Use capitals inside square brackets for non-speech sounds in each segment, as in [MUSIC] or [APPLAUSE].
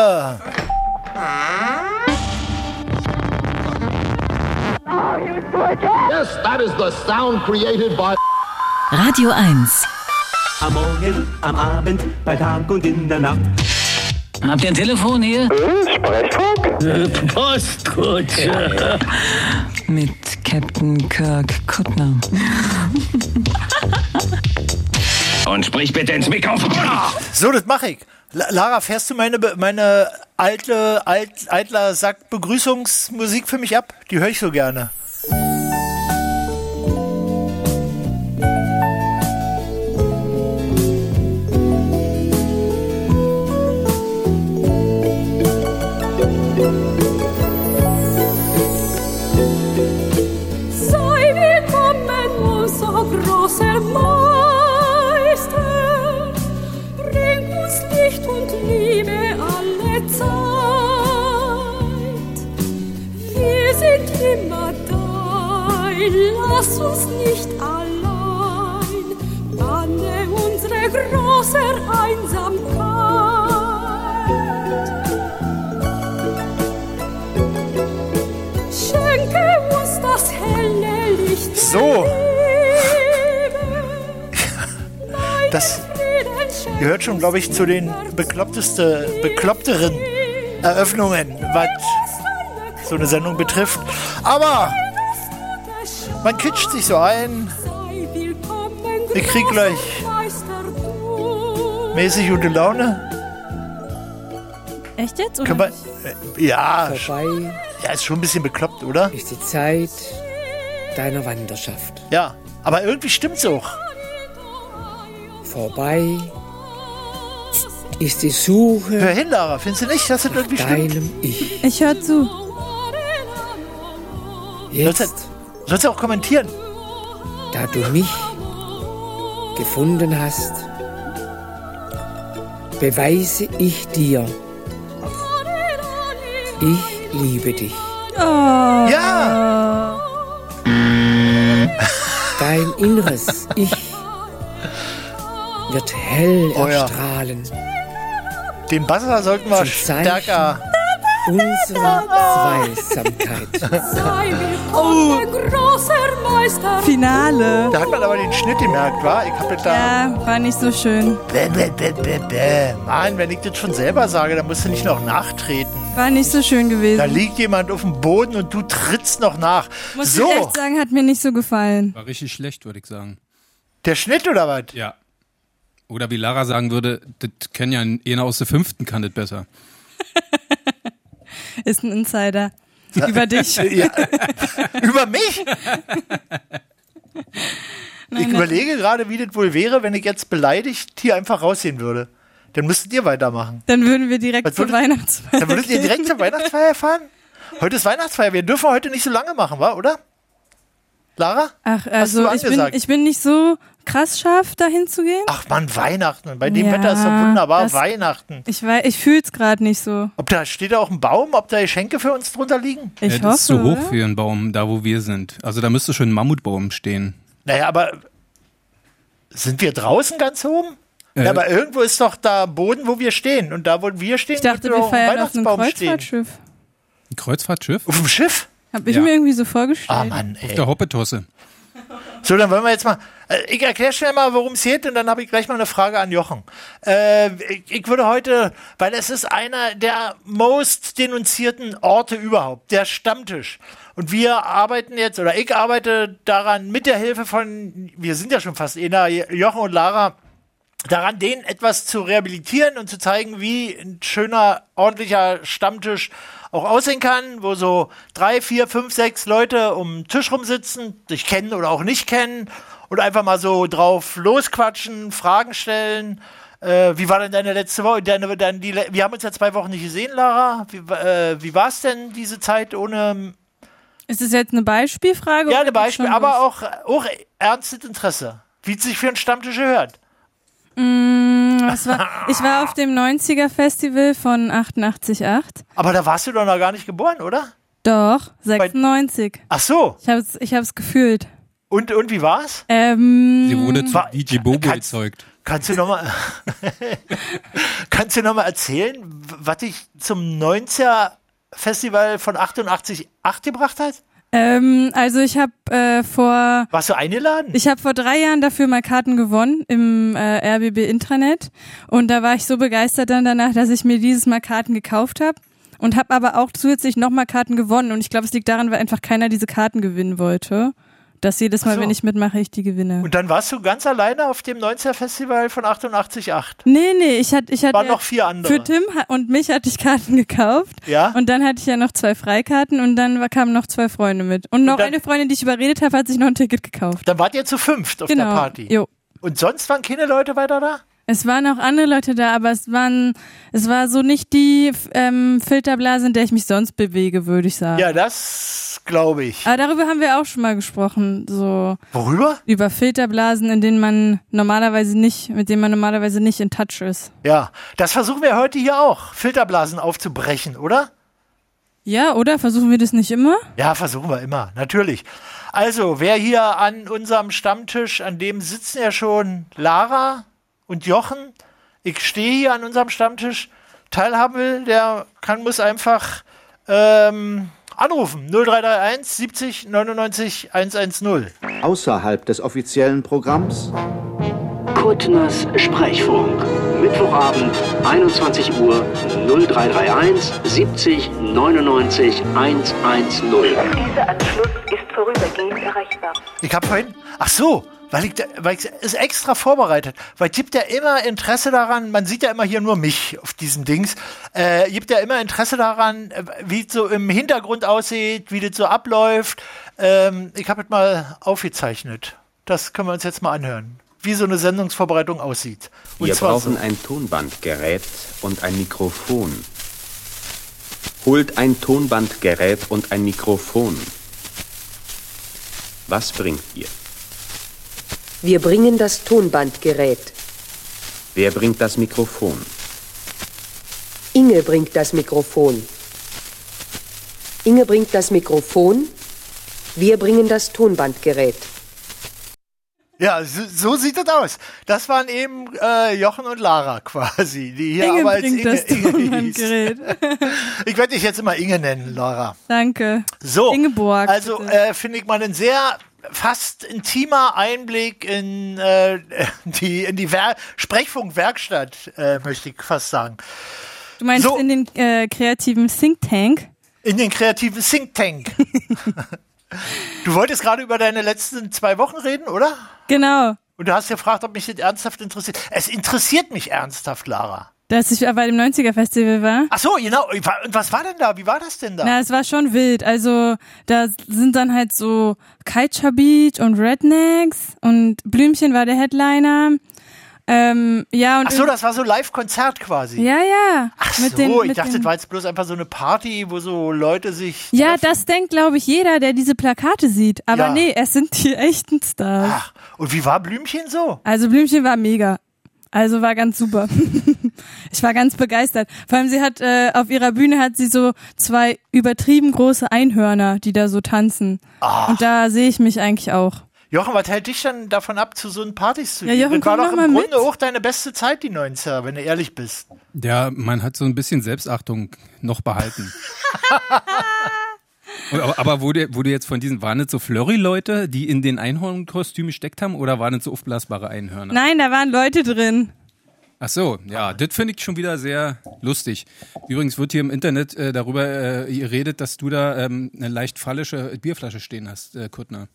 Klappe! Yes, that is the sound created by. Radio 1. Am Morgen, am Abend, bei Tag und in der Nacht. Habt ihr ein Telefon hier? Äh, Mit Captain Kirk Kuttner. Und sprich bitte ins Mikrofon. So, das mache ich. La- Lara, fährst du meine, be- meine alte, alt, eitler Sack-Begrüßungsmusik für mich ab? Die höre ich so gerne. Sei willkommen, oh, unser großer Meister. Bring uns Licht und Liebe alle Zeit. Wir sind immer da. Lass uns nicht allein. Banne unsere große Einsamkeit. Schenke uns das helle Licht. der So. Liebe. Deines Das Friedens schenk gehört schon, glaube ich, zu den bekloppteste, bekloppteren Eröffnungen, was so eine Sendung betrifft. Aber uns man kitscht sich so ein, Sei willkommen, Ich krieg großer gleich. Meister, du. mäßig gute Laune. Echt jetzt? Oder Kann man, nicht? äh, ja, sch- Vorbei ja, ist schon ein bisschen bekloppt, oder? ist die Zeit deiner Wanderschaft. Ja, aber irgendwie stimmt's auch. Vorbei ist die Suche Hör hin, Lara, Äh, findest du nicht, dass das irgendwie stimmt? deinem Ich. Ich höre zu. Jetzt, Sollst du auch kommentieren? da du mich gefunden hast, beweise ich dir, ich liebe dich. Ah. Ja! Dein inneres Ich wird hell Oh ja. erstrahlen. Den Basser sollten wir Zum Zeichen. stärker. Unsere Zweisamkeit. Sei willkommen, großer Meister. Finale. Da hat man aber den Schnitt gemerkt, wa? Ich hab das da. Ja, war nicht so schön. Bäh, bäh, bäh, bäh, bäh. Mann, wenn ich das schon selber sage, dann musst du nicht noch nachtreten. War nicht so schön [LAUGHS] Da gewesen. liegt jemand auf dem Boden und du trittst noch nach. Muss ich so, echt sagen, hat mir nicht so gefallen. War richtig schlecht, würde ich sagen. der Schnitt oder was? [LAUGHS] Ja. Oder wie Lara sagen würde, das kann ja einer aus der fünften kann das besser. Ist ein Insider. Über [LAUGHS] dich. Ja. Über [LAUGHS] mich? ich überlege gerade, wie das wohl wäre, wenn ich jetzt beleidigt hier einfach rausgehen würde. Dann müsstet ihr weitermachen. Dann würden wir direkt Was zur würdet- Weihnachtsfeier. Dann würdet ihr gehen. direkt zur Weihnachtsfeier fahren? Heute ist Weihnachtsfeier. Wir dürfen heute nicht so lange machen, wa? oder? Lara? Ach, du also ich bin, angesagt? ich bin nicht so krass scharf, dahin zu gehen. Ach man, Weihnachten. Bei dem Ja, Wetter ist doch wunderbar das- Weihnachten. Ich weiß, ich fühle es gerade nicht so. Ob da steht da auch ein Baum, ob da Geschenke für uns drunter liegen? Ich ja, das hoffe. ist zu hoch oder? für einen Baum, da wo wir sind. Also da müsste schon ein Mammutbaum stehen. Naja, aber sind wir draußen ganz oben? Äh. Ja, aber irgendwo ist doch da Boden, wo wir stehen. Und da, wo wir stehen, ich dachte, wird wir doch ein feiern auf einem Weihnachtsbaum stehen. Kreuzfahrtschiff. Ein Kreuzfahrtschiff? Auf dem Schiff? Hab ich Ja. mir irgendwie so Ah, vorgestellt. Mann, Auf ey. der Hoppetosse. So, dann wollen wir jetzt mal. Äh, ich erkläre schnell mal, worum es geht, und dann habe ich gleich mal eine Frage an Jochen. Äh, ich, ich würde heute, weil es ist einer der most denunzierten Orte überhaupt, der Stammtisch. Und wir arbeiten jetzt, oder ich arbeite daran mit der Hilfe von, wir sind ja schon fast einer, Jochen und Lara, daran, den etwas zu rehabilitieren und zu zeigen, wie ein schöner, ordentlicher Stammtisch auch aussehen kann, wo so drei, vier, fünf, sechs Leute um den Tisch rumsitzen, sich kennen oder auch nicht kennen und einfach mal so drauf losquatschen, Fragen stellen. Äh, wie war denn deine letzte Woche? Deine, deine, die, le- wir haben uns ja zwei Wochen nicht gesehen, Lara. Wie, wa- äh, wie war es denn diese Zeit ohne? Ist es jetzt eine Beispielfrage? Ja, oder ein geht's Beispiel, schon aber los? auch, auch ernstes Interesse, wie es sich für einen Stammtisch gehört. Es Hm, war, ich war auf dem 90er-Festival von 88.8. Aber da warst du doch noch gar nicht geboren, oder? Doch, 96. Ach so. Ich hab's, ich hab's gefühlt. Und, und wie war's? Ähm, Sie wurde zu Wa- DJ Bobo Kannst- erzeugt. Kannst du nochmal [LAUGHS] kannst du noch mal erzählen, w- was dich zum 90er Festival von 88 8 gebracht hat? Ähm, also ich habe äh, vor Warst du eingeladen? Ich habe vor drei Jahren dafür mal Karten gewonnen im äh, RBB Intranet und da war ich so begeistert dann danach, dass ich mir dieses Mal Karten gekauft habe und habe aber auch zusätzlich nochmal Karten gewonnen und ich glaube, es liegt daran, weil einfach keiner diese Karten gewinnen wollte. Dass jedes Mal, so. wenn ich mitmache, ich die gewinne. Und dann warst du ganz alleine auf dem 90er Festival von 88 8. nee, nee, ich hatte, ich hatte Waren ja- noch vier andere. für Tim ha- und mich hatte ich Karten gekauft. Ja? Und dann hatte ich ja noch zwei Freikarten und dann war- kamen noch zwei Freunde mit. Und noch dann- eine Freundin, die ich überredet habe, hat sich noch ein Ticket gekauft. Dann wart ihr zu fünft auf genau. der Party. Jo. Und sonst waren keine Leute weiter da? Es waren auch andere Leute da, aber es waren, es war so nicht die f- ähm, Filterblase, in der ich mich sonst bewege, würde ich sagen. Ja, das glaube ich. Aber darüber haben wir auch schon mal gesprochen, so Worüber? über Filterblasen, in denen man normalerweise nicht, mit denen man normalerweise nicht in Touch ist. Ja, das versuchen wir heute hier auch, Filterblasen aufzubrechen, oder? Ja, oder? Versuchen wir das nicht immer? Ja, versuchen wir immer, natürlich. Also, wer hier an unserem Stammtisch, an dem sitzen ja schon Lara und Jochen, ich stehe hier an unserem Stammtisch, teilhaben will, der kann, muss einfach ähm, anrufen. 0331 70 99 110. Außerhalb des offiziellen Programms Kuttners Sprechfunk. Mittwochabend, 21 Uhr, 0331 70 99 110. Dieser Anschluss ist vorübergehend erreichbar. Ich habe vorhin. Ach so, weil ich, da, weil ich ist extra vorbereitet. Weil gibt ja immer Interesse daran, man sieht ja immer hier nur mich auf diesem Dings, äh, gibt ja immer Interesse daran, äh, wie es so im Hintergrund aussieht, wie das so abläuft. Ähm, ich habe es mal aufgezeichnet. Das können wir uns jetzt mal anhören, wie so eine Sendungsvorbereitung aussieht. Und Wir zwar brauchen ein Tonbandgerät und ein Mikrofon. Holt ein Tonbandgerät und ein Mikrofon. Was bringt ihr? Wir bringen das Tonbandgerät. Wer bringt das Mikrofon? Inge bringt das Mikrofon. Inge bringt das Mikrofon. Wir bringen das Tonbandgerät. so. Ja, so, so sieht das aus. Das waren eben äh, Jochen und Lara [LAUGHS] quasi, die hier Inge aber als bringt Inge, [LAUGHS] das Inge hieß. Tonbandgerät. Ich werde dich jetzt immer Inge nennen, Lara. Danke. So, Ingeborg, also bitte. äh, finde ich mal einen sehr fast intimer Einblick in äh, [LAUGHS] die, in die Wer Sprechfunkwerkstatt, äh, möchte ich fast sagen. Du meinst so. in den äh, kreativen Think Tank? In den kreativen Think [LAUGHS] Tank. du wolltest gerade über deine letzten zwei Wochen reden, oder? Genau. Und du hast gefragt, ob mich das ernsthaft interessiert. Es interessiert mich ernsthaft, Lara. Dass ich bei dem 90er Festival war. Ach so, genau. Und was war denn da? Wie war das denn da? Na, es war schon wild. Also da sind dann halt so Culture Beach und Rednecks und Blümchen war der Headliner. Ähm, ja und Ach so, das war so ein Live-Konzert quasi. ja ja. Ach so, ich dachte, den- das war jetzt bloß einfach so eine Party, wo so Leute sich ja, das denkt, glaube ich, jeder, der diese Plakate sieht. Aber Ja. Ah. nee, es sind die echten Stars. Ach, und wie war Blümchen so? Also Blümchen war mega. Also war ganz super. [LAUGHS] ich war ganz begeistert. Vor allem sie hat äh, auf ihrer Bühne hat sie so zwei übertrieben große Einhörner, die da so tanzen. Ah. Und da sehe ich mich eigentlich auch. Jochen, was hält dich dann davon ab, zu so einen Partys zu Ja, gehen? Jochen, das war komm doch doch im mal Grunde mit. auch deine beste Zeit, die 90er, wenn du ehrlich bist. Ja, man hat so ein bisschen Selbstachtung noch [LAUGHS] behalten. Und, aber aber wurde, wurde jetzt von diesen, waren das so Flurry-Leute, die in den Einhornkostümen gesteckt haben oder waren das so aufblasbare Einhörner? Nein, da waren Leute drin. Ach so, ja, das finde ich schon wieder sehr lustig. Übrigens wird hier im Internet äh, darüber äh, geredet, dass du da ähm, eine leicht phallische Bierflasche stehen hast, äh, Kuttner.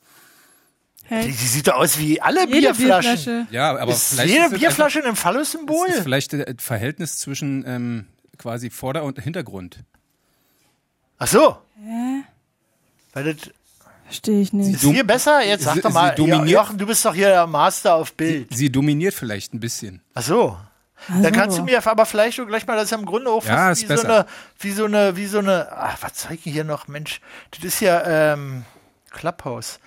Die, die sieht doch aus wie alle Jede Bierflaschen. Bierflasche. Ja, aber Ist vielleicht jede ist es Bierflasche ein einfach, Phallus-Symbol? ist vielleicht das Verhältnis zwischen ähm, quasi Vorder- und Hintergrund. Ach so. Weil das Verstehe ich nicht. ist hier besser? Jetzt sag sie- doch mal, sie dominiert- Jochen, du bist doch hier der Master auf Bild. Sie dominiert vielleicht ein bisschen. Ach so. Dann kannst du mir aber vielleicht auch gleich mal, das ist ja im Grunde auch Ja, fast ist wie, so besser. eine, wie so eine, wie so eine, ach, was zeig ich hier noch, Mensch, das ist ja, ähm, Clubhouse.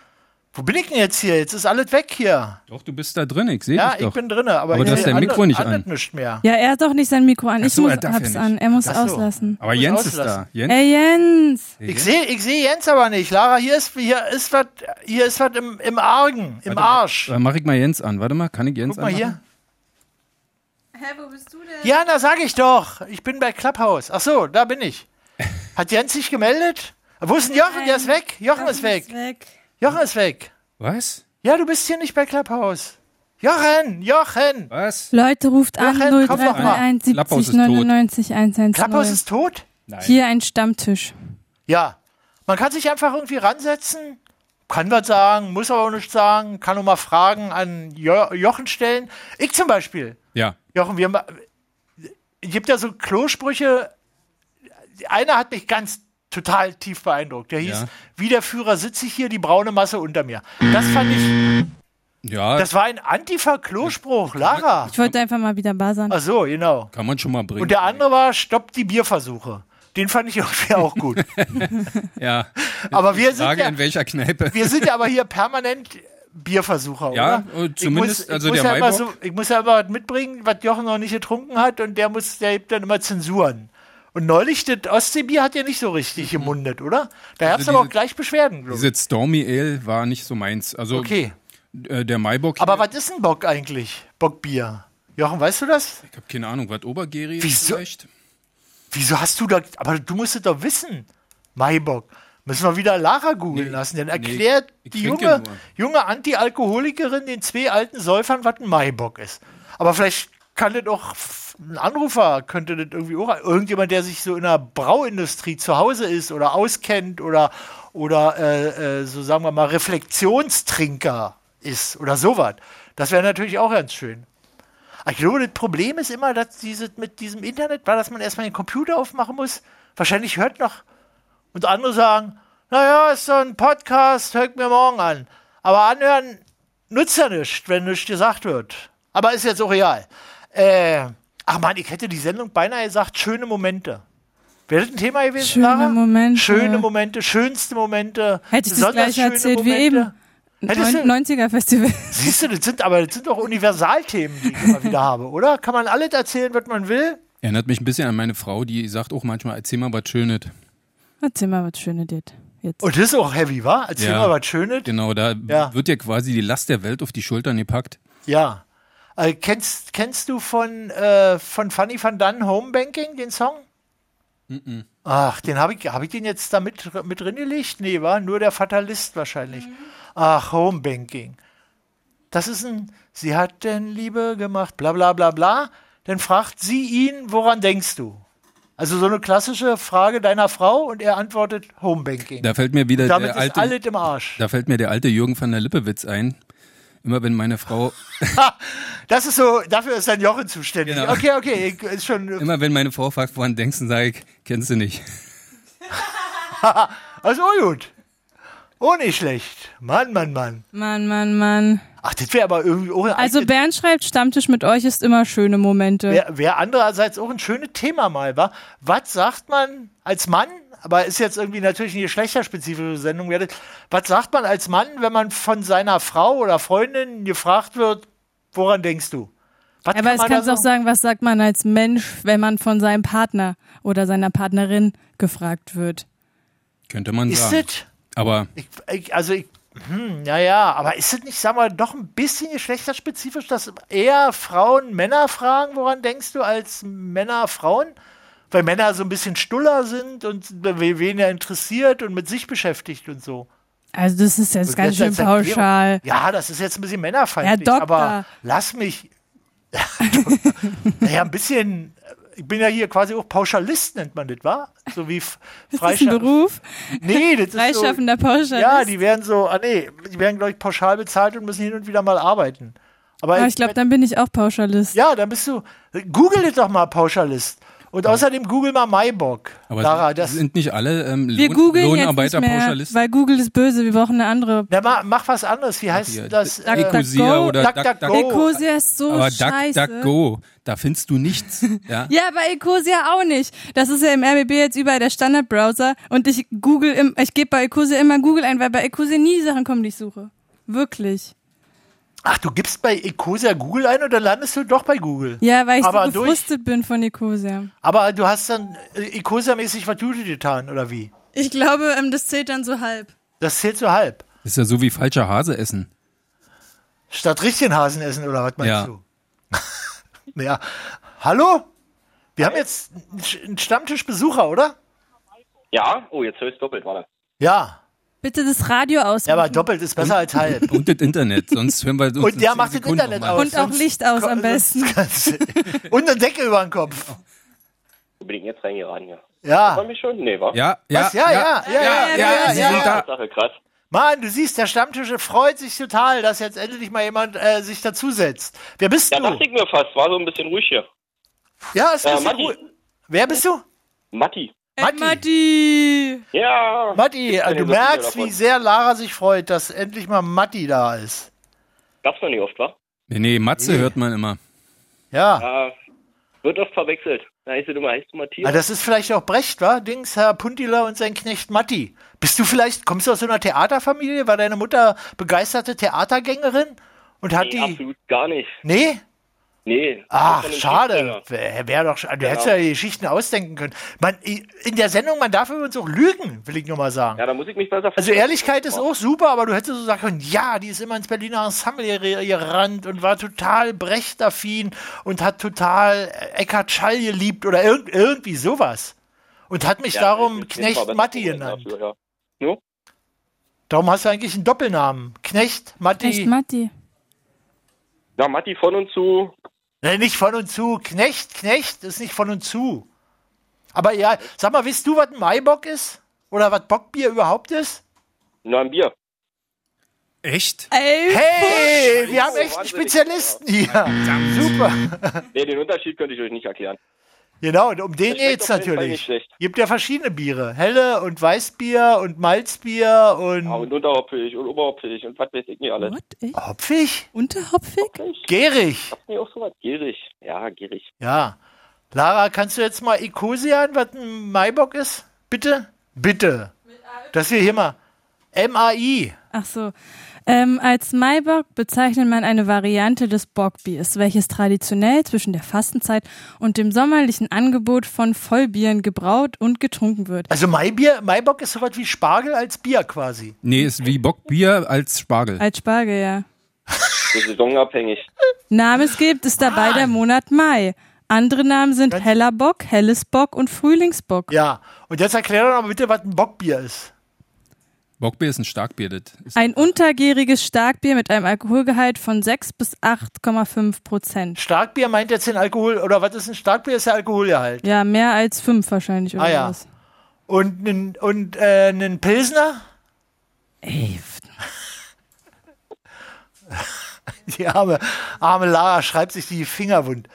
Wo bin ich denn jetzt hier? Jetzt ist alles weg hier. Doch, du bist da drin, ich sehe Ja, dich ich, doch. bin drinne, aber, Aber du ich hast dein Mikro nicht an. Nicht mehr. Ja, er hat doch nicht sein Mikro an. Ach Ich so, er muss, darf hab's ja nicht. an. Er muss Ach so. auslassen. aber muss Jens ist auslassen. da. Jens? Ey, Jens. Ich sehe ich seh Jens aber nicht. Lara, hier ist, hier ist was, hier ist was im, im Argen, im Arsch. äh, Dann mach ich mal Jens an. Warte mal, kann ich Jens Guck mal anmachen? hier. Hä, wo bist du denn? Ja, na sag ich doch. Ich bin bei Clubhouse. Ach so, da bin [LAUGHS] ich. Hat Jens sich gemeldet? Wo ist denn Jochen? Der ist weg. Jochen ist weg. Jochen ist weg. Was? Ja, du bist hier nicht bei Clubhouse. Jochen, Jochen. Was? Leute, ruft an Jochen, komm doch mal. 0331 70 99 110. Clubhouse ist tot? Nein. Hier ein Stammtisch. Ja. Man kann sich einfach irgendwie ransetzen, kann was sagen, muss aber auch nichts sagen, kann auch mal Fragen an jo Jochen stellen. Ich zum Beispiel. Ja. Jochen, wir ma- gibt ja so Klosprüche. Einer hat mich ganz total tief beeindruckt. Der hieß, Ja. wie der Führer sitze ich hier, die braune Masse unter mir. Das fand ich, Ja, das war ein Antifa-Klospruch, Lara. Ich wollte einfach mal wieder basern. Hm? Ach so, genau. kann man schon mal bringen. Und der andere war, stoppt die Bierversuche. Den fand ich [LAUGHS] irgendwie auch gut. [LAUGHS] ja. Aber wir sind Frage, ja, in welcher Kneipe. wir sind ja aber hier permanent Bierversucher, Ja, oder? äh, zumindest, ich muss, also ich muss der ja immer Maibock. so, Ich muss ja immer was mitbringen, was Jochen noch nicht getrunken hat und der muss, der gibt dann immer Zensuren. Und neulich, das Ostseebier hat ja nicht so richtig gemundet, oder? Da gab es Mhm. Also aber auch diese- gleich Beschwerden, glaub ich. Diese Stormy Ale war nicht so meins. Also Okay. äh, der Maibock, Aber was ist ein Bock eigentlich? Bockbier? Jochen, weißt du das? ich habe keine Ahnung, was Obergeri ist Wieso? vielleicht? Wieso hast du da. Aber du musst es doch wissen. Maibock. Müssen wir wieder Lara googeln lassen, denn erklärt ich die trinke junge, nur. junge Anti-Alkoholikerin den zwei alten Säufern, was ein Maibock ist. Aber vielleicht kann das auch f- ein Anrufer, könnte das irgendwie auch. Irgendjemand, der sich so in der Brauindustrie zu Hause ist oder auskennt oder, oder äh, äh, so sagen wir mal Reflexionstrinker ist oder sowas. Das wäre natürlich auch ganz schön. Ah, Ich glaube, das Problem ist immer, dass dieses mit diesem Internet war, dass man erstmal den Computer aufmachen muss. Wahrscheinlich hört noch. Und andere sagen, naja, ist so ein Podcast, hört mir morgen an. Aber anhören nutzt ja nichts, wenn nichts gesagt wird. Aber ist jetzt auch real. Äh, ach man, ich hätte die Sendung beinahe gesagt, schöne Momente. Wäre das ein Thema gewesen, Schöne Lara? Momente. Schöne Momente, schönste Momente. Hätte ich das besonders gleich schöne erzählt wie Momente. eben. Hättest du- [LAUGHS] 90er-Festival. Siehst du, das sind aber das sind doch Universalthemen, die ich immer wieder habe, oder? Kann man alles erzählen, was man will? Erinnert mich ein bisschen an meine Frau, die sagt auch manchmal, erzähl mal was Schönes. Erzähl mal was Schönes dir. Jetzt. Und das ist auch heavy, wa? Erzähl Ja. mal was Schönes. Genau, da Ja. wird ja quasi die Last der Welt auf die Schultern gepackt. Ja. Äh, kennst, kennst du von, äh, von Funny Van Dunn Homebanking, den Song? Ach, den habe ich, hab ich den jetzt da mit, mit drin gelegt? Nee, war nur der Fatalist wahrscheinlich. Ach, Homebanking. Das ist ein, sie hat denn Liebe gemacht, bla bla bla bla. Dann fragt sie ihn, woran denkst du? Also so eine klassische Frage deiner Frau und er antwortet Homebanking. Da fällt mir wieder Damit der ist alte, alles im Arsch. da fällt mir der alte Jürgen van der Lippewitz ein. Immer wenn meine Frau, Das ist so, dafür ist dann Jochen zuständig. Genau. Okay, okay, ich, ist schon [LAUGHS] immer wenn meine Frau fragt, woran denkst du, sage ich, kennst du nicht. Also gut. Oh, nicht schlecht. Mann, Mann, Mann. Mann, Mann, Mann. Ach, das wäre aber irgendwie auch ein Also eigenes- Bernd schreibt, Stammtisch mit euch ist immer schöne Momente. wär, wär andererseits auch ein schönes Thema mal, war. Was sagt man als Mann, aber ist jetzt irgendwie natürlich eine geschlechterspezifische Sendung, werdet. was sagt man als Mann, wenn man von seiner Frau oder Freundin gefragt wird, woran denkst du? Was Aber es man kannst da auch sagen, was sagt man als Mensch, wenn man von seinem Partner oder seiner Partnerin gefragt wird. Könnte man Ist sagen. das? Aber Ich, ich, also ich, hm, naja, aber ist es nicht, sagen wir, doch ein bisschen geschlechterspezifisch, dass eher Frauen Männer fragen, woran denkst du, als Männer Frauen? Weil Männer so ein bisschen stuller sind und we- weniger interessiert und mit sich beschäftigt und so. Also das ist jetzt Und ganz schön jetzt als Erklärung- pauschal. Ja, das ist jetzt ein bisschen männerfeindlich, Herr Doktor. aber lass mich. [LAUGHS] naja, ein bisschen. Ich bin ja hier quasi auch Pauschalist, nennt man das, wa? So wie F- Ist das ein Freischaff- Beruf? Nee, das ist so, Freischaffender Pauschal. ja, die werden so, ah nee, die werden, glaube ich, pauschal bezahlt und müssen hin und wieder mal arbeiten. Aber Aber ich glaube, dann bin ich auch Pauschalist. ja, dann bist du, google das doch mal, Pauschalist. Und außerdem google mal Maibock. Aber Lara, sind- das, sind nicht alle ähm, Lohn, Wir googeln jetzt nicht Lohnarbeiter mehr, Pauschalisten? weil Google ist böse. Wir brauchen eine andere. na, ma, mach was anderes. Wie heißt Hier, das? äh, D- äh, Ecosia DuckDuckGo? oder DuckDuckGo. DuckDuckGo. Ecosia ist so Aber Oh, scheiße. DuckDuckGo, da findest du nichts. Ja? Ja, bei Ecosia auch nicht. Das ist ja im RBB jetzt überall der Standardbrowser und ich google im, ich gebe bei Ecosia immer Google ein, weil bei Ecosia nie die Sachen kommen, die ich suche. Wirklich. Ach, du gibst bei Ecosia Google ein und dann landest du doch bei Google. Ja, weil ich aber so durch, gefrustet bin von Ecosia. Aber du hast dann äh, Ecosia-mäßig was Gutes getan, oder wie? Ich glaube, ähm, das zählt dann so halb. Das zählt so halb. Das ist ja so wie falscher Hase essen. Statt richtigen Hasen essen, oder was meinst Ja. du? [LAUGHS] Ja. Hallo? Wir haben jetzt einen Sch- einen Stammtischbesucher, oder? Ja, oh, jetzt höre ich doppelt, warte. Ja. Bitte das Radio aus. Ja, aber doppelt ist besser als [LAUGHS] halb. Und das Internet, sonst hören wir uns Und in der zehn macht das Sekunden Internet nochmal. aus. [LAUGHS] sonst- am besten. Und eine Decke über den Kopf. Wo bin ich denn jetzt reingeraten hier? Ja. War mich schon? Nee, war. Ja, Was? Ja, ja, ja, ja, ja, ja, ja. Sache, krass. Mann, du siehst, der Stammtisch freut sich total, dass jetzt endlich mal jemand äh, sich dazusetzt. Wer bist Ja, du? dachte ich mir fast, war so ein bisschen ruhig hier. Ja, ist ein Äh, bisschen Matti. cool. Wer bist du? Matti. Matti. Matti. Ja. Matti, äh, du so viele merkst, davon. wie sehr Lara sich freut, dass endlich mal Matti da ist. Gab's noch nicht oft, wa? Nee, nee, Matze hört man immer. Ja. Ja. Wird oft verwechselt. Da heißt du immer, heißt du Matthias? Ah, das ist vielleicht auch Brecht, wa? Dings, Herr Puntila und sein Knecht Matti. Bist du vielleicht, kommst du aus so einer Theaterfamilie? War deine Mutter begeisterte Theatergängerin? Und hat nee, die. absolut gar nicht. Nee? Nee. Ach, Von dem schade. Schiffssänger. Wäre wär doch, sch- du hättest Genau. ja die Geschichten ausdenken können. Man, i- in der Sendung, man darf übrigens auch lügen, will ich nur mal sagen. Ja, da muss ich mich besser Also Ehrlichkeit ist auch super, aber du hättest so sagen können, ja, die ist immer ins Berliner Ensemble ger- gerannt und war total Brechtaffin und hat total äh, Eckhard Schall geliebt oder irgend, irgendwie sowas. Und hat mich Ja, darum ich- ich- ich war Knecht besser Matti vorbereitet genannt. dafür, ja. Ja. Darum hast du eigentlich einen Doppelnamen. Knecht Matti. Echt, Matti. Ja, Matti von und zu. Nee, nicht von und zu. Knecht, Knecht ist nicht von und zu. Aber ja, sag mal, weißt du, was ein Maibock ist? Oder was Bockbier überhaupt ist? Nur ein Bier. Echt? Hey, wir haben Oh, echt einen wahnsinnig. Spezialisten hier. Super. Nee, den Unterschied könnte ich euch nicht erklären. Genau, und um den schmeckt geht's auf jeden Fall natürlich. nicht schlecht. Gibt ja verschiedene Biere. Helle und Weißbier und Malzbier und Ja, und unterhopfig und oberhopfig und was weiß ich nicht alles. hopfig, Unterhopfig? gierig. Habt ihr auch sowas? Gierig. Ja, gierig. Ja. Lara, kannst du jetzt mal Ecosian, was ein Maibock ist? Bitte? Bitte. Dass wir hier mal MAI. Ach so. Ähm, als Maibock bezeichnet man eine Variante des Bockbiers, welches traditionell zwischen der Fastenzeit und dem sommerlichen Angebot von Vollbieren gebraut und getrunken wird. Also Maibier, Maibock ist sowas wie Spargel als Bier quasi. Nee, ist wie Bockbier als Spargel. Als Spargel, ja. So saisonabhängig. Namensgebend ist dabei der Monat Mai. Andere Namen sind heller Bock, helles Bock und Frühlingsbock. Ja. Und jetzt erklär doch mal bitte, was ein Bockbier ist. Bockbier ist ein Starkbier, das ist Ein untergäriges Starkbier mit einem Alkoholgehalt von 6 bis 8,5 Prozent. Starkbier meint jetzt den Alkohol, oder was ist ein Starkbier? Ist der Alkoholgehalt. Ja, mehr als 5 wahrscheinlich. Oder Ah ja. was. Und ein und, äh, nen Pilsner? [LAUGHS] Ey, Die arme, arme Lara schreibt sich die Finger wund.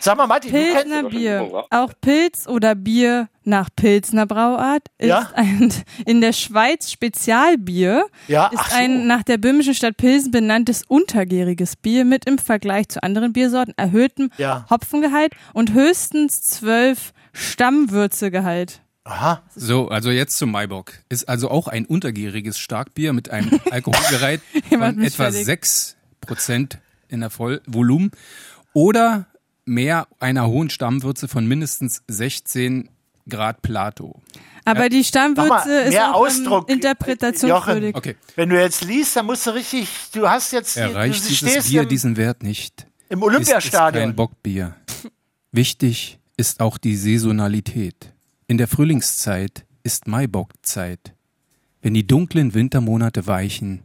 Sag mal, Matti, du kennst, Pilsner Bier. Auch Pilz oder Bier nach Pilsner Brauart ist Ja? ein in der Schweiz Spezialbier. Ja, ist ach so. ein nach der böhmischen Stadt Pilsen benanntes untergäriges Bier mit im Vergleich zu anderen Biersorten erhöhtem Ja. Hopfengehalt und höchstens zwölf Stammwürzegehalt. Aha. So, also jetzt zum Maibock. Ist also auch ein untergäriges Starkbier mit [LAUGHS] einem Alkoholgerät Jemand von mich etwa fertig. 6% in der Vollvolumen oder mehr einer hohen Stammwürze von mindestens 16 Grad Plato. Aber die Sag Stammwürze mal, ist mehr auch Ausdruck, ähm, interpretationswürdig. Okay. wenn du jetzt liest, dann musst du richtig, du hast jetzt, die- Erreicht du dieses Bier im, diesen Wert nicht. im Ist es kein Olympiastadion. Bockbier. Wichtig ist auch die Saisonalität. In der Frühlingszeit ist Maibockzeit. Wenn die dunklen Wintermonate weichen,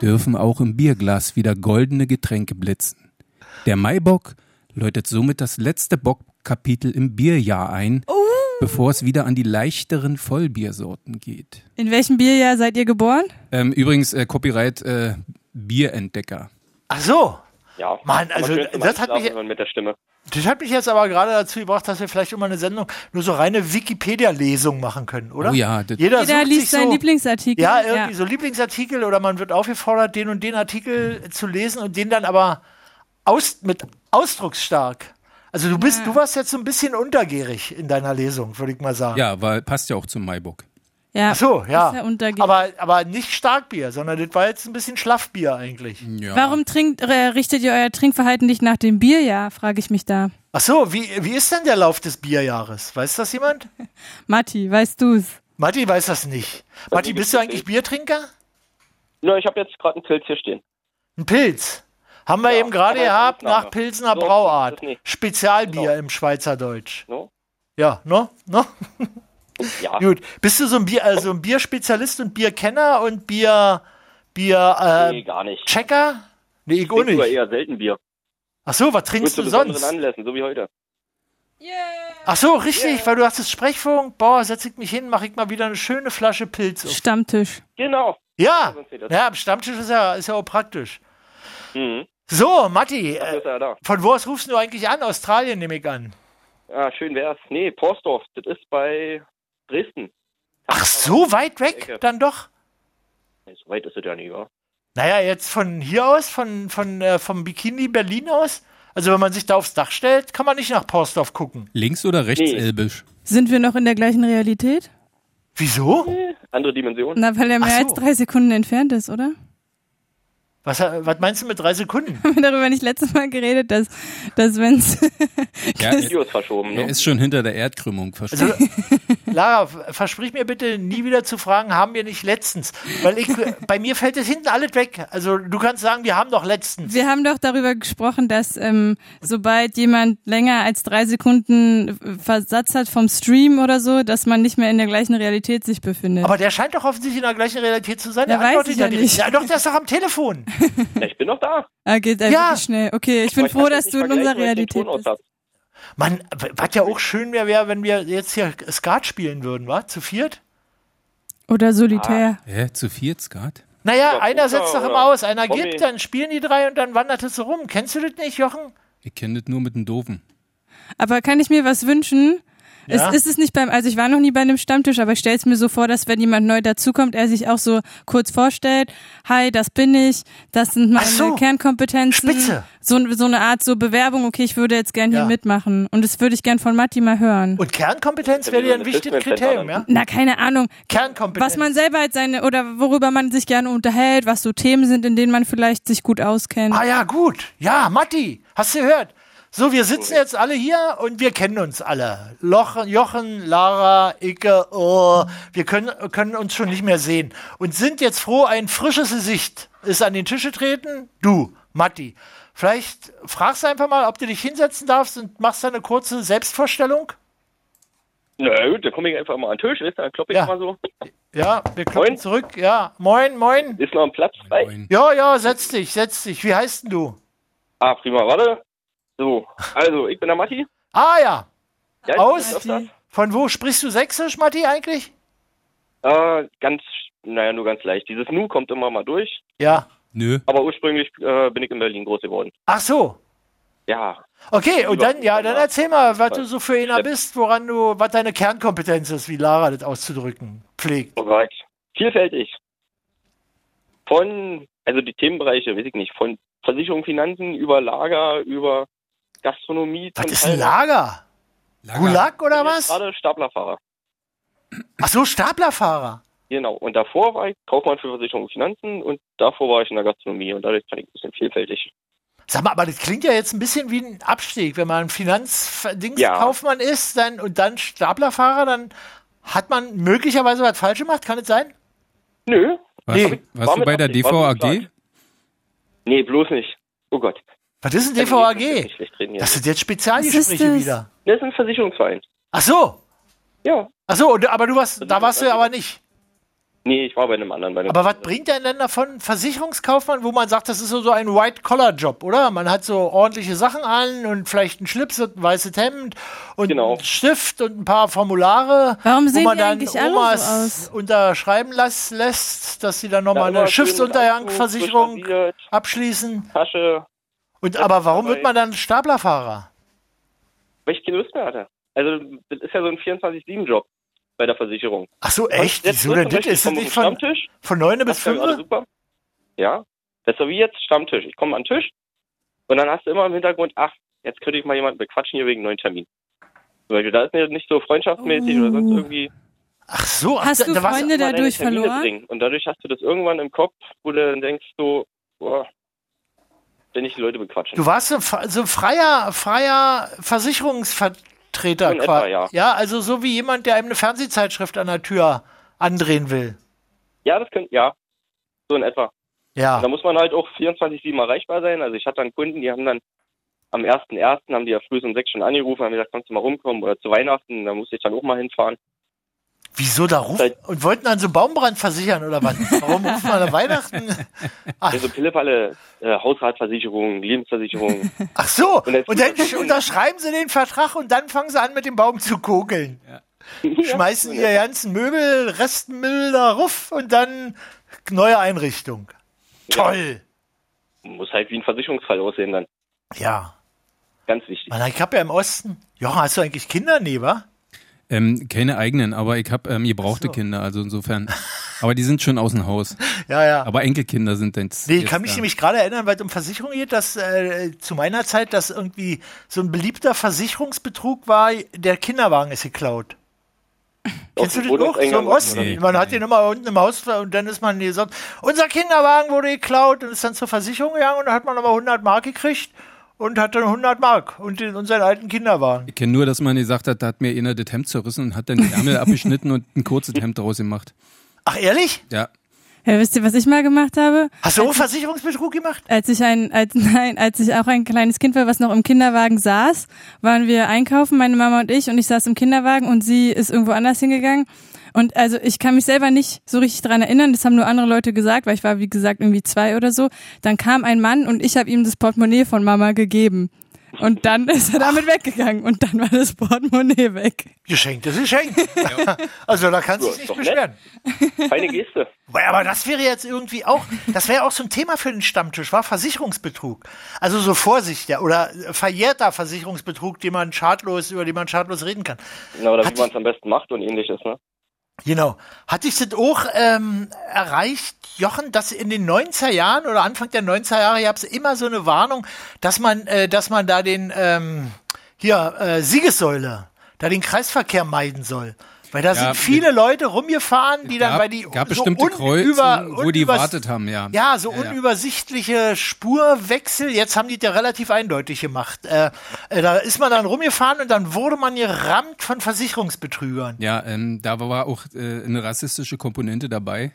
dürfen auch im Bierglas wieder goldene Getränke blitzen. Der Maibock läutet somit das letzte Bockkapitel im Bierjahr ein, bevor es wieder an die leichteren Vollbiersorten geht. In welchem Bierjahr seid ihr geboren? Ähm, übrigens, äh, Copyright äh, Bierentdecker. Ach so. Ja. Mann, also, Man könnte mal das hat mich- einschlafen hören mit der Stimme. Das hat mich jetzt aber gerade dazu gebracht, dass wir vielleicht immer eine Sendung nur so reine Wikipedia-Lesung machen können, oder? Oh ja, das- jeder, Jeder sucht liest sich seinen so, Lieblingsartikel. Ja, irgendwie so Lieblingsartikel oder man wird aufgefordert, den und den Artikel zu lesen und den dann aber aus, mit ausdrucksstark. Also du bist, du warst jetzt so ein bisschen untergierig in deiner Lesung, würde ich mal sagen. Ja, weil passt ja auch zum Maibock. ja. Ach so, ja. Ist ja untergärig. aber, aber nicht Starkbier, sondern das war jetzt ein bisschen Schlaffbier eigentlich. Ja. Warum trinkt, äh, richtet ihr euer Trinkverhalten nicht nach dem Bierjahr, frage ich mich da. Ach so, wie, wie ist denn der Lauf des Bierjahres? Weiß das jemand? Matti, weißt du's? Matti weiß das nicht. Matti, bist du eigentlich Biertrinker? Na, ich habe jetzt gerade einen Pilz hier stehen. Ein Pilz. Haben wir eben gerade gehabt nach Pilsener Brauart. Spezialbier Genau. im Schweizerdeutsch. No? Ja, ne? No? [LAUGHS] Ja. Gut. Bist du so ein Bier, also ein Bierspezialist und Bierkenner und Bier, Bier, äh, Nee, gar nicht. Checker? Nee, ich auch Trinke aber nicht. eher selten Bier. Ach so, was trinkst Nur du zu besonderen sonst? Anlässen, so wie heute. Ach so, richtig, weil du dachtest Sprechfunk. Boah, setz ich mich hin, mach ich mal wieder eine schöne Flasche Pilz. auf. Stammtisch. Genau. Ja, sonst geht das. ja, am Stammtisch ist ja, ist ja auch praktisch. Mhm. So, Matti, Dafür äh, ist er da. von wo aus rufst du eigentlich an? Australien nehme ich an. Ah, schön wär's. Nee, Porsdorf, das ist bei Dresden. Ach, so weit weg Ecke. dann doch? Nee, so weit ist es ja nicht, wa? Naja, jetzt von hier aus, von, von, äh, vom Bikini Berlin aus. Also wenn man sich da aufs Dach stellt, kann man nicht nach Porsdorf gucken. Links oder rechts Nee. Elbisch? Sind wir noch in der gleichen Realität? Wieso? Andere Dimension. Na, weil er mehr Ach so. als drei Sekunden entfernt ist, oder? [LAUGHS] Was, äh, was meinst du mit drei Sekunden? Haben wir darüber nicht letztes Mal geredet, dass, dass wenn es Ja, Video ist verschoben, Er ne? ist schon hinter der Erdkrümmung [LAUGHS] verschwunden. Also, Lara, v- versprich mir bitte, nie wieder zu fragen, haben wir nicht letztens? Weil ich, äh, bei mir fällt es hinten alles weg. Also du kannst sagen, wir haben doch letztens. [LAUGHS] Wir haben doch darüber gesprochen, dass ähm, sobald jemand länger als drei Sekunden Versatz hat vom Stream oder so, dass man nicht mehr in der gleichen Realität sich befindet. Aber der scheint doch offensichtlich in der gleichen Realität zu sein. Ja, Der weiß antwortet ich ja die- nicht. ja, doch, der ist doch am Telefon. Ja, ich bin noch da. ah, geht ja. Ja. wirklich schnell. Okay, ich bin Aber froh, kann das dass nicht du in vergleichen, unserer weil ich den Realität Ton aus bist. hab. Mann, w- was ja auch schön wäre, wär, wenn wir jetzt hier Skat spielen würden, wa? Zu viert? Oder solitär. Also- Hä, zu viert, Skat? Naja, Oder einer Poker setzt doch oder immer aus, einer Promi. gibt, dann spielen die drei und dann wandert es so rum. Kennst du das nicht, Jochen? Ich kenne das nur mit dem Doofen. Aber kann ich mir was wünschen? Ah. Ja. Es ist es nicht beim, also ich war noch nie bei einem Stammtisch, aber ich stelle es mir so vor, dass wenn jemand neu dazukommt, er sich auch so kurz vorstellt, hi, das bin ich, das sind meine so. Kernkompetenzen. Spitze. So, so eine Art so Bewerbung, okay, ich würde jetzt gern Ja. hier mitmachen. Und das würde ich gern von Matti mal hören. Und Kernkompetenz wäre dir ein wichtiges Kriterium, ja? Na, keine Ahnung. Kernkompetenz. Was man selber halt seine, oder worüber man sich gerne unterhält, was so Themen sind, in denen man vielleicht sich gut auskennt. Ah ja, gut. Ja, Matti, hast du gehört? So, wir sitzen jetzt alle hier und wir kennen uns alle. Loch, Jochen, Lara, Icke, oh, wir können, können uns schon nicht mehr sehen. Und sind jetzt froh, ein frisches Gesicht ist an den Tisch getreten. Du, Matti. Vielleicht fragst du einfach mal, ob du dich hinsetzen darfst und machst da eine kurze Selbstvorstellung. Na gut, dann komme ich einfach mal an den Tisch, weißt du, dann kloppe ich Ja. mal so. Ja, wir kommen Moin. zurück. Ja, moin, moin. Ist noch ein Platz frei? Ja, ja, setz dich, setz dich. Wie heißt denn du? Ah, prima, warte. So, also, ich bin der Matti. Ah ja, Ja, ich aus. bin öfters. Von wo sprichst du Sächsisch, Matti, eigentlich? Äh, ganz, naja, nur ganz leicht. Dieses Nu kommt immer mal durch. Ja. Nö. Aber ursprünglich äh, bin ich in Berlin groß geworden. Ach so. Ja, Okay, und dann, ja, dann erzähl mal, was Fall. du so für einer bist, woran du, was deine Kernkompetenz ist, wie Lara das auszudrücken pflegt. oh Gott. Vielfältig. Von, also die Themenbereiche, weiß ich nicht, von Versicherung, Finanzen, über Lager, über Gastronomie. Was zum ist ein Teil. Lager? Gulag Ich oder bin jetzt was? Gerade Staplerfahrer. Ach so, Staplerfahrer. Genau. Und davor war ich Kaufmann für Versicherung und Finanzen und davor war ich in der Gastronomie und dadurch kann ich ein bisschen vielfältig. Sag mal, aber das klingt ja jetzt ein bisschen wie ein Abstieg. Wenn man Ja. Finanzdingskaufmann ist dann, und dann Staplerfahrer, dann hat man möglicherweise was falsch gemacht, kann es sein? Nö. Warst, Nee. du- warst War du bei mit der Absicht, war mit DVAG? Absicht. Nee, bloß nicht. Oh Gott. Was ist ein Ich DVAG? kann nicht schlecht reden hier. Das Das, sind jetzt Spezialgespräche das? wieder. ist ein Versicherungsverein. Ach so, Ja. ach so, und- aber du warst, da warst du ja aber nicht. Nee, ich war bei einem anderen. Bei einem Aber was bringt denn dann davon Versicherungskaufmann, wo man sagt, das ist so so ein White-Collar-Job, oder? Man hat so ordentliche Sachen an und vielleicht einen Schlips und ein weißes Hemd und Genau. einen Stift und ein paar Formulare, Warum wo sehen man die dann eigentlich alle so Omas aus? unterschreiben las- lässt, dass sie dann Da nochmal immer eine schön mit Anzug, Schiffsuntergang-Versicherung frisch rasiert, abschließen. Tasche, Und aber warum dabei. wird man dann Staplerfahrer? weil ich keine Lust mehr hatte. Also, das ist ja so ein 24-7-Job bei der Versicherung. Ach so, echt? Jetzt Wieso denn das? zum Beispiel Ist das vom nicht von, Stammtisch? also- von 9 bis Passt ja 5? gerade super. Ja, das ist so wie jetzt Stammtisch. Ich komme an den Tisch und dann hast du immer im Hintergrund, ach, jetzt könnte ich mal jemanden bequatschen hier wegen neuen Termin. Zum Beispiel, da ist mir nicht so freundschaftsmäßig oder sonst irgendwie Ach so, ach, Oh. Hast da, du da warst- Freunde immer deine dadurch Termine verloren? bringen. Und dadurch hast du das irgendwann im Kopf, wo du dann denkst so, boah, wenn ich die Leute bequatschen. Du warst so, ein Fre- so ein freier, freier Versicherungsvertreter. In qua- etwa, ja. also so wie jemand, der einem eine Fernsehzeitschrift an der Tür andrehen will. Ja, das könnte, ja, so in etwa. Ja. Da muss man halt auch 24-7 erreichbar sein. Also ich hatte dann Kunden, die haben dann am 1.1. haben die ja früh um 6 schon angerufen, haben gesagt, kannst du mal rumkommen oder zu Weihnachten, da musste ich dann auch mal hinfahren. Wieso da rufen? Und wollten dann so Baumbrand versichern oder was? Warum ruft [LAUGHS] man an Weihnachten? Also Pillepalle, äh, Hausratversicherung, Lebensversicherung. Ach so, Und jetzt- und [LAUGHS] dann sch- unterschreiben sie den Vertrag und dann fangen sie an, mit dem Baum zu kokeln. Schmeißen ihr ganzen Möbel, Restmüll da ruf und dann neue Einrichtung. Toll. Muss halt wie ein Versicherungsfall aussehen dann. Ja. Ganz wichtig. Mann, ich habe ja im Osten. Jochen, hast du eigentlich Kinder, nee, wa? Ähm, keine eigenen, aber ich habe ähm, gebrauchte Kinder, also insofern. Aber die sind schon aus dem Haus. Ja, ja. Aber Enkelkinder sind jetzt. Nee, ich jetzt kann mich da. nämlich gerade erinnern, weil es um Versicherung geht, dass äh, zu meiner Zeit das irgendwie so ein beliebter Versicherungsbetrug war, der Kinderwagen ist geklaut. Kennst du dem den auch? So im Wohnungseingang Osten. oder wie? Man hat den immer unten im Haus und dann ist man gesagt, unser Kinderwagen wurde geklaut und ist dann zur Versicherung gegangen und dann hat man nochmal 100 Mark gekriegt und hat dann 100 Mark und, den, und seinen alten Kinderwagen. Ich kenne nur, dass man gesagt hat, da hat mir einer das Hemd zerrissen und hat dann die [LAUGHS] Ärmel abgeschnitten und ein kurzes Hemd daraus gemacht. Ach, ehrlich? Ja. [LAUGHS] Ja, wisst ihr, was ich mal gemacht habe? Hast du auch Als- Versicherungsbetrug gemacht? Als ich ein, als, [LAUGHS] nein, als ich auch ein kleines Kind war, was noch im Kinderwagen saß, waren wir einkaufen, meine Mama und ich, und ich saß im Kinderwagen und sie ist irgendwo anders hingegangen. Und also ich kann mich selber nicht so richtig dran erinnern, das haben nur andere Leute gesagt, weil ich war, wie gesagt, irgendwie zwei oder so. Dann kam ein Mann und ich habe ihm das Portemonnaie von Mama gegeben. Und dann [LAUGHS] ist er damit weggegangen und dann war das Portemonnaie weg. Geschenkt ist geschenkt. also da kannst du dich nicht beschweren. Feine Geste. Weil, Aber das wäre jetzt irgendwie auch, das wäre auch so ein Thema für den Stammtisch, war Versicherungsbetrug. Also so Vorsicht, ja, oder verjährter Versicherungsbetrug, den man schadlos, über den man schadlos reden kann. Na, oder wie man es am besten macht und ähnliches, ne? Genau. Hatte ich das auch ähm, erreicht, Jochen, dass in den 90er Jahren oder Anfang der 90er Jahre gab es immer so eine Warnung, dass man, äh, dass man da den ähm, hier äh, Siegessäule, da den Kreisverkehr meiden soll. Weil da Ja, sind viele Leute rumgefahren, die dann bei die gab bestimmte Kreuzungen, wo die unübers- wartet haben, ja. Ja, so Hm. Ja, ja. unübersichtliche Spurwechsel. Jetzt haben die das ja relativ eindeutig gemacht. Äh, äh, da ist man dann rumgefahren und dann wurde man gerammt von Versicherungsbetrügern. Ja, ähm, da war auch äh, eine rassistische Komponente dabei.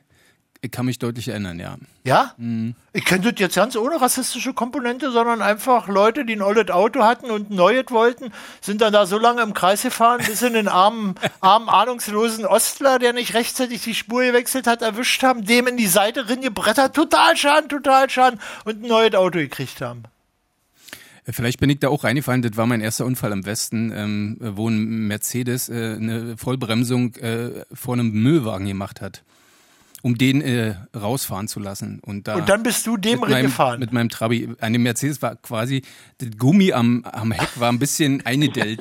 Ich kann mich deutlich erinnern, ja. Ja? Hm. Ich kenne das jetzt ganz ohne rassistische Komponente, sondern einfach Leute, die ein olles Auto hatten und ein neues wollten, sind dann da so lange im Kreis gefahren, bis sie den [LAUGHS] armen, armen ahnungslosen Ostler, der nicht rechtzeitig die Spur gewechselt hat, erwischt haben, dem in die Seite reingebrettert, total Schaden, total Schaden und ein neues Auto gekriegt haben. Äh, Vielleicht bin ich da auch reingefallen, das war mein erster Unfall im Westen, ähm, wo ein Mercedes äh, eine Vollbremsung äh, vor einem Müllwagen gemacht hat, um den äh, rausfahren zu lassen. Und, da Und dann bist du dem mit meinem, reingefahren? Mit meinem Trabi. An dem Mercedes war quasi, das Gummi am, am Heck war [LAUGHS] ein bisschen eingedellt.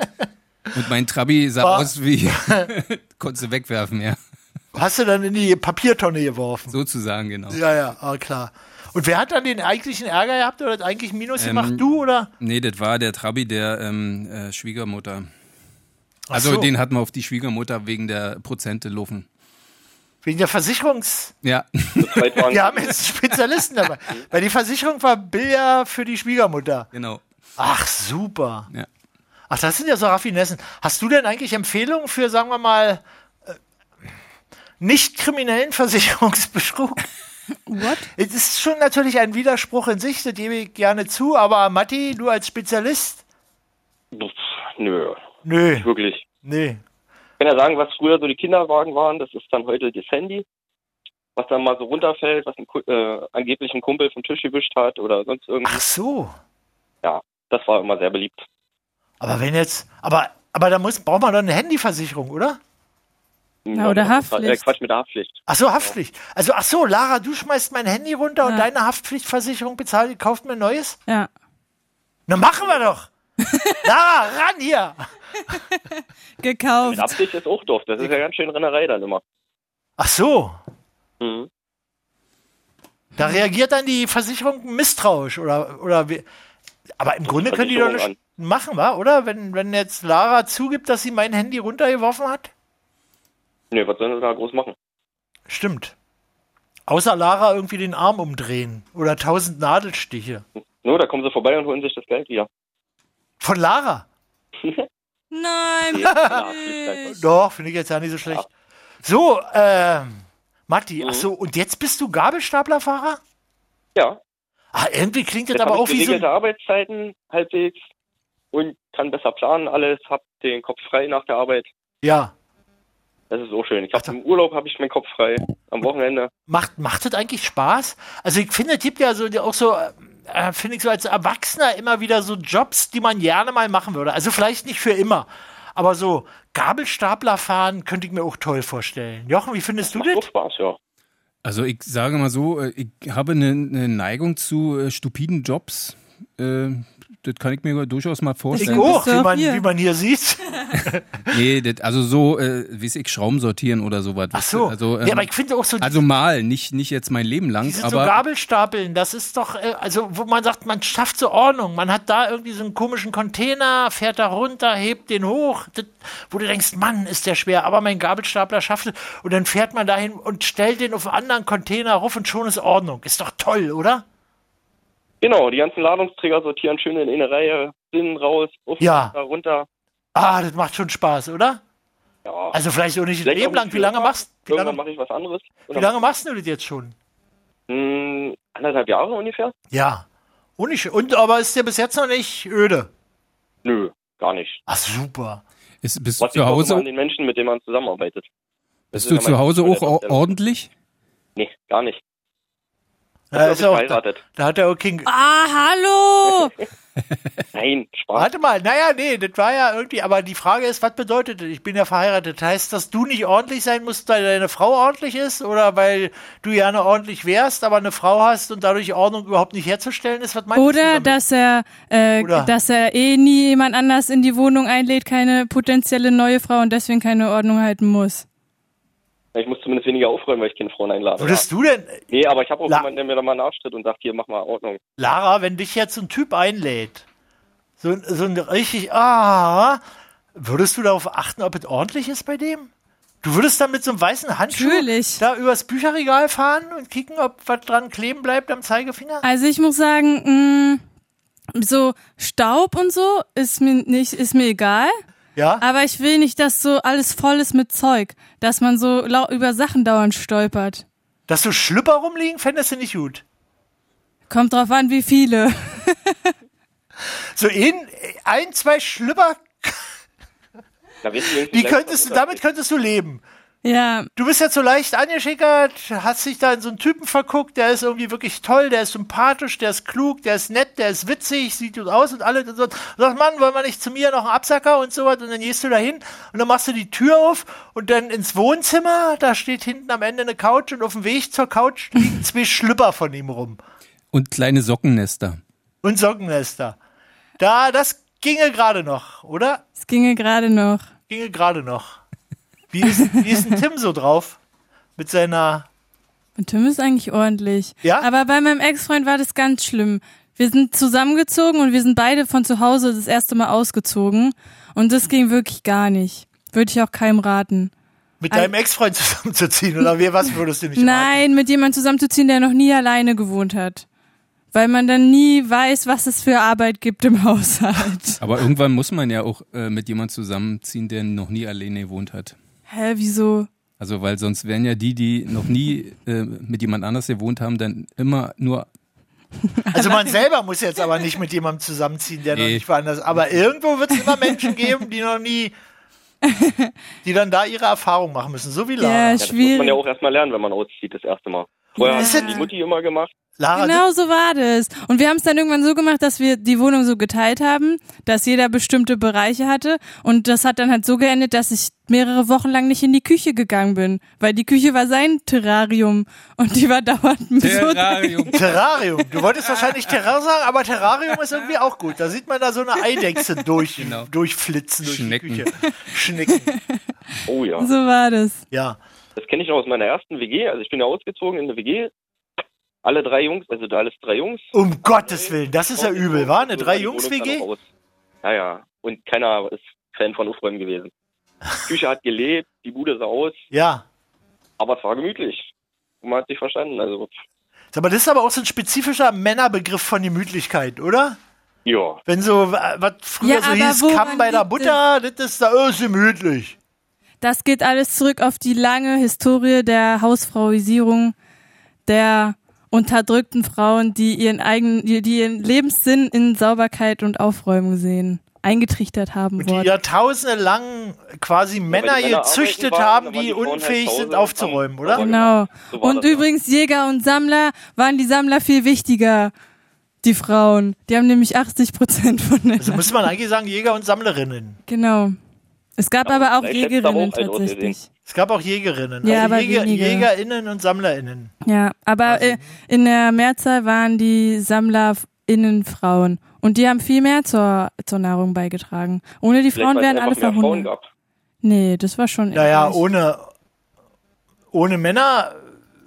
Und mein Trabi sah War- aus [LAUGHS] wie, [LAUGHS] konntest du wegwerfen, ja. Hast du dann in die Papiertonne geworfen? Sozusagen, genau. Ja, ja, ah, klar. Und wer hat dann den eigentlichen Ärger gehabt oder das eigentlich Minus Ähm, gemacht? Du oder? Nee, das war der Trabi der ähm, äh, Schwiegermutter. Ach Also so. den hatten wir auf die Schwiegermutter wegen der Prozente laufen. Wegen der Versicherungs... Ja. [LAUGHS] Wir haben jetzt [LAUGHS] Spezialisten dabei. Weil die Versicherung war Bilder für die Schwiegermutter. Genau. Ach, super. Ja. Ach, das sind ja so Raffinessen. Hast du denn eigentlich Empfehlungen für, sagen wir mal, äh, nicht kriminellen [LAUGHS] Versicherungsbetrug? What? Es ist schon natürlich ein Widerspruch in sich, das gebe ich gerne zu, aber Matti, du als Spezialist? Pff, nö. Nö. Nicht wirklich. Nee. Ich kann ja sagen, was früher so die Kinderwagen waren, das ist dann heute das Handy, was dann mal so runterfällt, was ein Ku- äh, angeblich ein Kumpel vom Tisch gewischt hat oder sonst irgendwas. Ach so. Ja, das war immer sehr beliebt. Aber wenn jetzt, aber, aber da muss, braucht man doch eine Handyversicherung, oder? Ja, oder das ist- Haftpflicht. Äh, Quatsch mit der Haftpflicht. Ach so, Haftpflicht. Also, ach so, Lara, du schmeißt mein Handy runter und deine Haftpflichtversicherung bezahlt, ihr kauft mir ein neues? Ja. Na, machen wir doch! Lara, ran hier! Gekauft. Mit Absicht ist auch doof, das ist ja ganz schön Rennerei dann immer. Ach so, Mhm. da reagiert dann die Versicherung misstrauisch oder, oder wie. Aber im Grunde können die doch Versicherung nicht machen, wa? oder? Wenn, wenn jetzt Lara zugibt, dass sie mein Handy runtergeworfen hat? Nö, was sollen sie da groß machen? Stimmt. Außer Lara irgendwie den Arm umdrehen oder tausend Nadelstiche. Nur, da kommen sie vorbei und holen sich das Geld wieder. Von Lara? Nein. Doch, finde ich jetzt ja nicht so schlecht. Mhm. So, ähm, Matti, ach so, und jetzt bist du Gabelstaplerfahrer? Ja. Ah, irgendwie klingt das Jetzt aber hab ich auch wie so geregelte ein- Arbeitszeiten halbwegs und kann besser planen alles, hab den Kopf frei nach der Arbeit. Ja. Das ist so schön. Ich hab im Urlaub habe ich meinen Kopf frei. Am Wochenende. Macht, macht das eigentlich Spaß? Also ich finde, es gibt ja so auch so, äh, finde ich so als Erwachsener immer wieder so Jobs, die man gerne mal machen würde. Also vielleicht nicht für immer. Aber so Gabelstapler fahren könnte ich mir auch toll vorstellen. Jochen, wie findest du das? Macht Spaß, ja. Also ich sage mal so, äh, ich habe eine, eine Neigung zu äh, stupiden Jobs. Äh, das kann ich mir durchaus mal Ich vorstellen. auch, wie man, wie man hier sieht. nee, das, also so, äh, wie es ich, Schrauben sortieren oder sowas. Ach so. Also, Ja, aber ich finde auch so die- Also mal, nicht, nicht jetzt mein Leben lang, Diese so aber Gabelstapeln, das ist doch, äh, also wo man sagt, man schafft so Ordnung. Man hat da irgendwie so einen komischen Container, fährt da runter, hebt den hoch, das, wo du denkst, Mann, ist der schwer, aber mein Gabelstapler schafft es. Und dann fährt man dahin und stellt den auf einen anderen Container rauf und schon ist Ordnung. Ist doch toll, oder? Genau, die ganzen Ladungsträger sortieren schön in eine Reihe, innen raus, auf, Ja. runter, runter. Ah, das macht schon Spaß, oder? Ja. Also vielleicht auch nicht ein Vielleicht Leben auch lang. nicht Wie lange für immer. machst, wie Irgendwann lange, mache ich was anderes. Und wie dann- lange machst du das jetzt schon? Mh, anderthalb Jahre ungefähr? Ja. Und, ich, und aber ist dir bis jetzt noch nicht öde? Nö, gar nicht. Ach, super. Ist, bist Was du zu liegt auch Hause, immer an den Menschen, mit denen man zusammenarbeitet. Das bist ist du ja zu mein- Hause auch or- Ja. ordentlich? Nee, gar nicht. Ja, Äh, ist ja auch, da, verheiratet. da hat er auch kein, Ah, hallo! Nein, Spaß. Warte mal, naja, nee, das war ja irgendwie, aber die Frage ist, was bedeutet das? Ich bin ja verheiratet. Heißt, dass du nicht ordentlich sein musst, weil deine Frau ordentlich ist? Oder weil du gerne ordentlich wärst, aber eine Frau hast und dadurch Ordnung überhaupt nicht herzustellen ist? Was meinst Oder du damit? dass er, äh, Oder- dass er eh nie jemand anders in die Wohnung einlädt, keine potenzielle neue Frau und deswegen keine Ordnung halten muss. Ich muss zumindest weniger aufräumen, weil ich keine Frauen einlade. Würdest du denn, Nee, aber ich habe auch La- jemanden, der mir da mal nachstritt und sagt, hier, mach mal Ordnung. Lara, wenn dich jetzt so ein Typ einlädt, so, ein- so ein richtig, ah, würdest du darauf achten, ob es ordentlich ist bei dem? Du würdest dann mit so einem weißen Handschuh da übers Bücherregal fahren und kicken, ob was dran kleben bleibt am Zeigefinger? Also ich muss sagen, mh, so Staub und so ist mir nicht, ist mir egal. Ja. Aber ich will nicht, dass so alles voll ist mit Zeug, dass man so lau- über Sachen dauernd stolpert. Dass so Schlüpper rumliegen, fändest du nicht gut? Kommt drauf an, wie viele. [LAUGHS] So in ein, zwei Schlüpper, Da wirst irgendwie die gleich könntest du, verwundert. damit könntest du leben. Ja. Du bist jetzt so leicht angeschickert, hast dich da in so einen Typen verguckt, der ist irgendwie wirklich toll, der ist sympathisch, der ist klug, der ist nett, der ist witzig, sieht gut aus und alles. Und so. Und sagst, Mann, wollen wir nicht zu mir noch einen Absacker und sowas? Und dann gehst du da hin und dann machst du die Tür auf und dann ins Wohnzimmer, da steht hinten am Ende eine Couch und auf dem Weg zur Couch liegen zwei Schlüpper von ihm rum. Und kleine Sockennester. Und Sockennester. Da, das ginge gerade noch, oder? Es ginge gerade noch. Ginge gerade noch. Wie ist, wie ist denn Tim so drauf? Mit seiner. Und Tim ist eigentlich ordentlich. Ja. Aber bei meinem Ex-Freund war das ganz schlimm. Wir sind zusammengezogen und wir sind beide von zu Hause das erste Mal ausgezogen. Und das ging wirklich gar nicht. Würde ich auch keinem raten. Mit Also- deinem Ex-Freund zusammenzuziehen, oder wie, was würdest du nicht Nein, mit jemandem zusammenzuziehen, der noch nie alleine gewohnt hat. Weil man dann nie weiß, was es für Arbeit gibt im [LAUGHS] Haushalt. [LAUGHS] Aber irgendwann muss man ja auch äh, mit jemand zusammenziehen, der noch nie alleine gewohnt hat. Hä, wieso? Also, weil sonst wären ja die, die noch nie äh, mit jemand anders gewohnt haben, dann immer nur. Also man selber muss jetzt aber nicht mit jemandem zusammenziehen, der noch Nee. nicht woanders. Aber irgendwo wird es immer Menschen geben, die noch [LAUGHS] nie, die dann da ihre Erfahrung machen müssen, so wie Lara. das muss man ja auch erstmal lernen, wenn man auszieht, das erste Mal. Vorher Ja. hat das die Mutti immer gemacht. Lara, Genau so war das. Und wir haben es dann irgendwann so gemacht, dass wir die Wohnung so geteilt haben, dass jeder bestimmte Bereiche hatte. Und das hat dann halt so geendet, dass ich mehrere Wochen lang nicht in die Küche gegangen bin. Weil die Küche war sein Terrarium. Und die war dauernd [LAUGHS] mit so Terrarium. Du wolltest wahrscheinlich Terrain sagen, aber Terrarium ist irgendwie auch gut. Da sieht man da so eine Eidechse durch, durchflitzen durch die Küche. Schnecken. Oh ja. So war das. Ja. Das kenne ich noch aus meiner ersten WG. Also ich bin ja ausgezogen in eine WG. Alle drei Jungs, also alles drei Jungs. Um Gottes Willen, das ist ja übel, war eine drei Jungs WG? Ja, ja. Und keiner ist Fan von Aufräumen gewesen. Die Küche hat gelebt, die Bude sah aus, Ja. aber es war gemütlich. Und man hat sich verstanden. Also, Sag mal, das ist aber auch so ein spezifischer Männerbegriff von Gemütlichkeit, oder? ja. Wenn so, äh, was früher Ja, so aber hieß, woran Kamm bei der liegt Butter, das ist da oh, ist gemütlich. Das geht alles zurück auf die lange Historie der Hausfrauisierung der unterdrückten Frauen, die ihren eigenen, die, die ihren Lebenssinn in Sauberkeit und Aufräumung sehen, eingetrichtert haben Die wollen. jahrtausende lang quasi Männer die Männer gezüchtet arbeiten waren, haben, dann waren die die Frauen unfähig halt zu sind Hause aufzuräumen, oder? Genau. So war und das, ja. übrigens Jäger und Sammler waren die Sammler viel wichtiger. Die Frauen, die haben nämlich 80 Prozent von den. Also müsste man eigentlich sagen, Jäger und Sammlerinnen. Genau. Es gab Also aber auch Jägerinnen tatsächlich. Es gab auch Jägerinnen. Ja, also aber Jäger, weniger. Jägerinnen und SammlerInnen. Ja, aber äh, in der Mehrzahl waren die SammlerInnen Frauen. Und die haben viel mehr zur, zur Nahrung beigetragen. Ohne die Frauen wären alle verhungert. Nee, das war schon. Naja, ohne, ohne Männer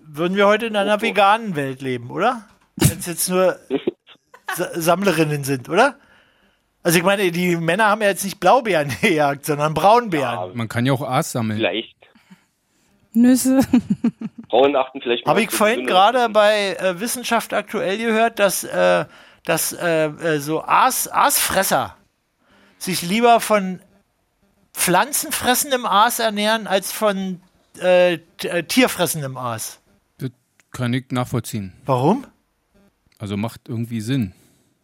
würden wir heute in einer veganen Welt leben, oder? Wenn es jetzt nur Sa- Sammlerinnen sind, oder? Also ich meine, die Männer haben ja jetzt nicht Blaubeeren [LAUGHS] gejagt, sondern Braunbeeren. Man kann ja auch Aas sammeln. Vielleicht. Nüsse. [LAUGHS] Frauen achten vielleicht Habe ich vorhin gerade bei äh, Wissenschaft aktuell gehört, dass, äh, dass äh, äh, so Aas, Aasfresser sich lieber von pflanzenfressendem Aas ernähren als von äh, t- äh, tierfressendem Aas. Kann ich nachvollziehen. Warum? Also macht irgendwie Sinn.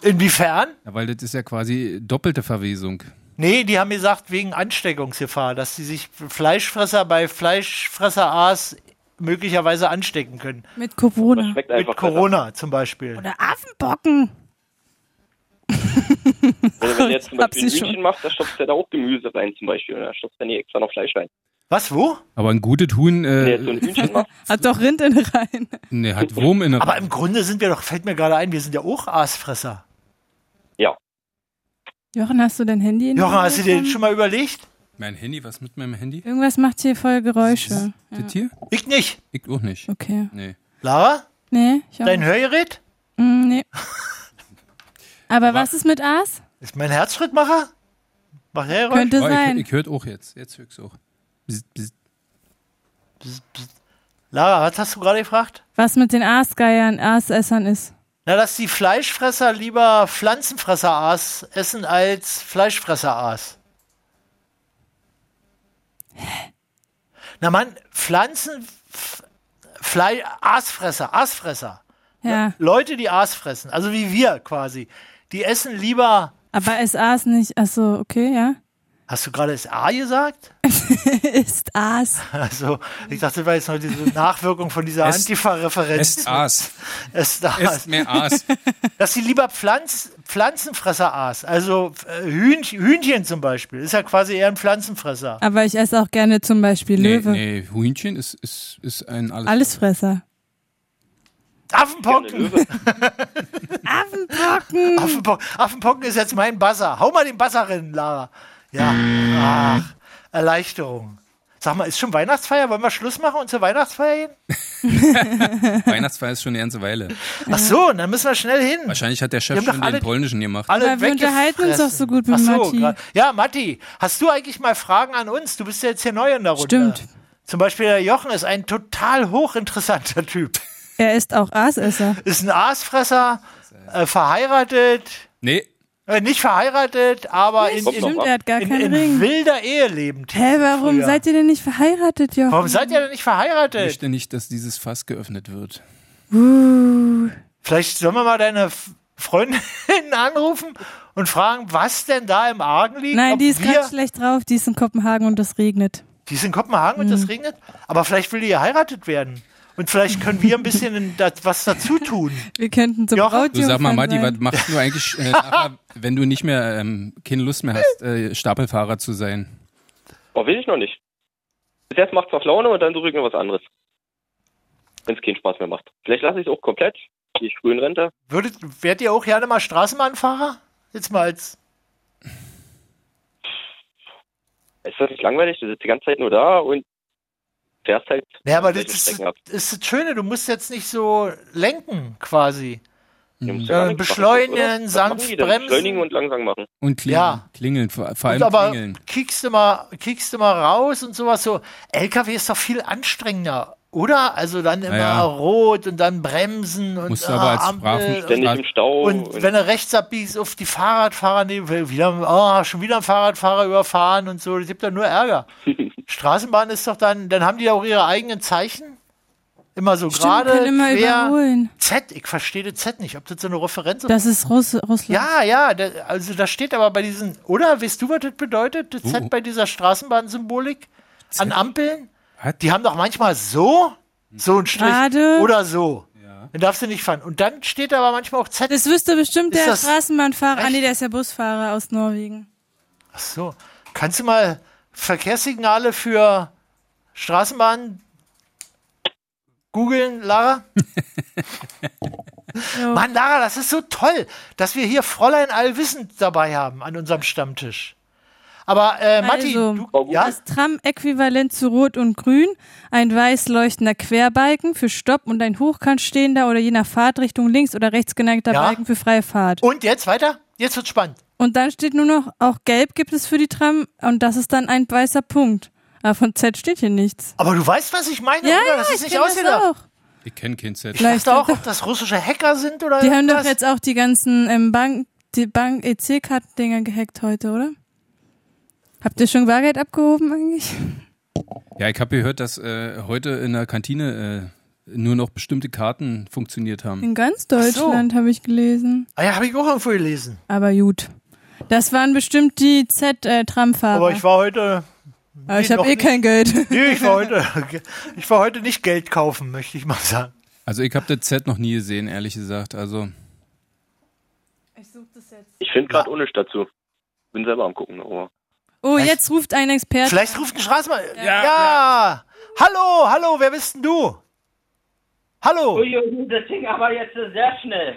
Inwiefern? Ja, weil das ist ja quasi doppelte Verwesung. Nee, die haben gesagt, wegen Ansteckungsgefahr, dass sie sich Fleischfresser bei Fleischfresser Aas möglicherweise anstecken können. Mit Corona. Mit Corona zum Beispiel. Oder Affenbocken. Wenn [LAUGHS] wenn du jetzt zum Hab Beispiel ein sie schon. Hühnchen machst, da stopfst du ja da auch Gemüse rein zum Beispiel. Und da stopfst du ja nicht extra noch Fleisch rein. Was, wo? Aber ein gutes Huhn äh, Hat doch Rind in rein. nee, hat Wurm in der Aber im Grunde sind wir doch, fällt mir gerade ein, wir sind ja auch Aasfresser. Jochen, hast du dein Handy in die Jochen, Hand hast du dir bekommen? das schon mal überlegt? Mein Handy, was mit meinem Handy? Irgendwas macht hier voll Geräusche. Ja. Das hier? Ich nicht. Ich auch nicht. Okay. Nee. Lara? Nee, ich auch Dein nicht. Hörgerät? [LAUGHS] Mm, nee. Aber was ist mit Aas? Ist mein Herzschrittmacher? Mach her, Könnte Oh, sein. Ich, ich hört auch jetzt. Jetzt höre ich auch. Bzz, bzz. Lara, was hast du gerade gefragt? Was mit den Aasgeiern, Aasessern ist. Na, dass die Fleischfresser lieber Pflanzenfresser-Aas essen als Fleischfresser-Aas. Na Mann, Pflanzen... F- Fle Aasfresser, Aasfresser. Ja. Leute, die Aas fressen, also wie wir quasi, die essen lieber... Aber ist Aas nicht. Achso, okay, ja. [LAUGHS] Hast du gerade das A gesagt? [LAUGHS] ist Aas. Also, ich dachte, das war jetzt noch diese Nachwirkung von dieser Esst- Antifa-Referenz. Esst Aas. Esst Aas. Esst mehr Aas. Dass sie lieber Pflanz, Pflanzenfresser aß. Also äh, Hühnchen, Hühnchen zum Beispiel ist ja quasi eher ein Pflanzenfresser. Aber ich esse auch gerne zum Beispiel Nee, Löwe. nee, Hühnchen ist, ist, ist ein alles. Allesfresser. Affenpocken! Affenpocken! Affenpocken! Affenpocken ist jetzt mein Buzzer. Hau mal den Buzzer rein, Lara. Ja, ach, Erleichterung. Sag mal, ist schon Weihnachtsfeier? Wollen wir Schluss machen und zur Weihnachtsfeier gehen? [LAUGHS] Weihnachtsfeier ist schon eine ganze Weile. Ach so, dann müssen wir schnell hin. Wahrscheinlich hat der Wir Chef haben doch schon alle- den polnischen gemacht. Alle Aber wir unterhalten uns doch so gut mit Ach so, Matti. grad- Ja, Matti, hast du eigentlich mal Fragen an uns? Du bist ja jetzt hier neu in der Runde. Stimmt. Zum Beispiel der Jochen ist ein total hochinteressanter Typ. Er ist auch Aasesser. Ist ein Aasfresser, äh, verheiratet, Nee, äh, nicht verheiratet, aber Ah, in, Nicht, in, stimmt, er hat gar in, keinen in Ring. wilder Ehe lebend. Hä, warum früher. seid ihr denn nicht verheiratet, Jochen? Warum seid ihr denn nicht ich verheiratet? möchte nicht, dass dieses Fass geöffnet wird. Uh, Vielleicht sollen wir mal deine F- Freundin [LAUGHS] anrufen und fragen, was denn da im Argen liegt. nein, ob die ist wir- ganz schlecht drauf. Die ist in Kopenhagen und es regnet. Die ist in Kopenhagen Mhm. und es regnet. Aber vielleicht will die geheiratet werden. Und vielleicht können wir ein bisschen in das, was dazu tun. Wir könnten zum Jochen? Du sag mal, Matti, was sein. machst du eigentlich, [LAUGHS] äh, nachher, wenn du nicht mehr, ähm, keine Lust mehr hast, äh, Stapelfahrer zu sein? Oh, will ich noch nicht. Bis jetzt macht's noch Laune und dann suche ich mir was anderes. Wenn's keinen Spaß mehr macht. Vielleicht lasse ich es auch komplett. Die frühen Rente. Würdet, wärt ihr auch gerne mal Straßenbahnfahrer? Jetzt mal als. Ist das nicht langweilig? Du sitzt die ganze Zeit nur da und fährst halt. Ja, aber das solche ist, Strecken ab. ist das Schöne, du musst jetzt nicht so lenken, quasi. Du musst Ja, gar nichts machen, beschleunigen, oder? Was sanft machen die denn? bremsen. Beschleunigen und langsam machen. Und klingeln, Ja. klingeln, vor, vor Und allem aber klingeln. kickst du, mal, kickst du mal raus und sowas. So, LKW ist doch viel anstrengender, oder? Also dann immer Naja. rot und dann bremsen und Musst du ah, aber als Ampel braven Ständig im Stau. Und wenn er rechts abbiegt, auf die Fahrradfahrer nehmen, will, wieder, oh, schon wieder ein Fahrradfahrer überfahren und so, das gibt ja nur Ärger. Straßenbahn ist doch dann, dann haben die auch ihre eigenen Zeichen. Immer so Stimmt, können gerade. immer quer. überholen. Z, ich verstehe das Z nicht, ob das so eine Referenz Das ist Russ Russland. Ja, ja, da, also da steht aber bei diesen, oder weißt du, was das bedeutet? Das Z bei dieser Straßenbahnsymbolik an Ampeln? Die haben doch manchmal so, so ein Strich Gerade. oder so. Dann darfst du nicht fahren. Und dann steht aber manchmal auch Z. Das wüsste bestimmt Ist der das Straßenbahnfahrer. Ah, nee, der ist ja Busfahrer aus Norwegen. Ach so. Kannst du mal Verkehrssignale für Straßenbahnen googeln, [LAUGHS] Lara? Mann, Lara, das ist so toll, dass wir hier Fräulein Allwissend dabei haben an unserem Stammtisch. Aber äh, Matti, also, du, ja? das Tram-Äquivalent zu Rot und Grün, ein weiß leuchtender Querbalken für Stopp und ein hochkant stehender oder je nach Fahrtrichtung links oder rechts geneigter Ja. Balken für freie Fahrt. Und jetzt weiter? Jetzt wird's spannend. Und dann steht nur noch, auch gelb gibt es für die Tram und das ist dann ein weißer Punkt. Aber von Z steht hier nichts. Aber du weißt, was ich meine, Ja, oder? ja, Das ich ist nicht kenn das ausgedacht. Ich kenne kein Z. Ich dachte auch, ob das russische Hacker sind oder Die haben doch irgendwas. jetzt auch die ganzen ähm, Bank, die Bank EC-Karten-Dinger gehackt heute, oder? Habt ihr schon Bargeld abgehoben eigentlich? Ja, ich habe gehört, dass äh, heute in der Kantine äh, nur noch bestimmte Karten funktioniert haben. In ganz Ach so. Deutschland habe ich gelesen. Ah ja, habe ich auch irgendwo gelesen. Aber gut. Das waren bestimmt die Z-Tramfahrer. Aber ich war heute. Aber ich nee, hab noch eh nicht. kein [LAUGHS] Geld. Nee, ich war heute. Ich war heute nicht Geld kaufen, möchte ich mal sagen. Also ich habe das Z noch nie gesehen, ehrlich gesagt. Also Ich finde gerade ohne dazu. Bin selber am gucken. Oh. Oh, jetzt ruft ein Experte. Vielleicht ruft ein Straßenbahn. Äh. Ja. Hallo, hallo, wer bist denn du? Hallo. Uiuiui, das ging aber jetzt sehr schnell.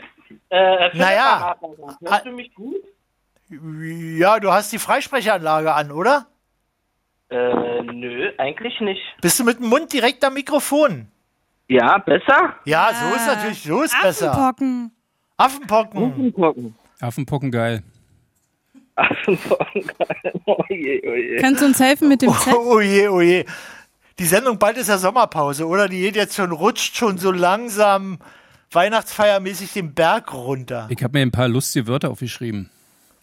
Äh, Philipp Naja. am Apparat. Ah. Hörst du mich gut? Ja, du hast die Freisprechanlage an, oder? Äh, nö, eigentlich nicht. Bist du mit dem Mund direkt am Mikrofon? Ja, besser? Ja, so ist natürlich, so ist besser. Affenpocken. Affenpocken. Affenpocken. Affenpocken geil. Affenpocken. Oh je, oh je. Kannst du uns helfen mit dem [LAUGHS] Z? Oh, oh je, oh je. Die Sendung bald ist ja Sommerpause, oder? Die geht jetzt schon, rutscht schon so langsam weihnachtsfeiermäßig den Berg runter. Ich habe mir ein paar lustige Wörter aufgeschrieben.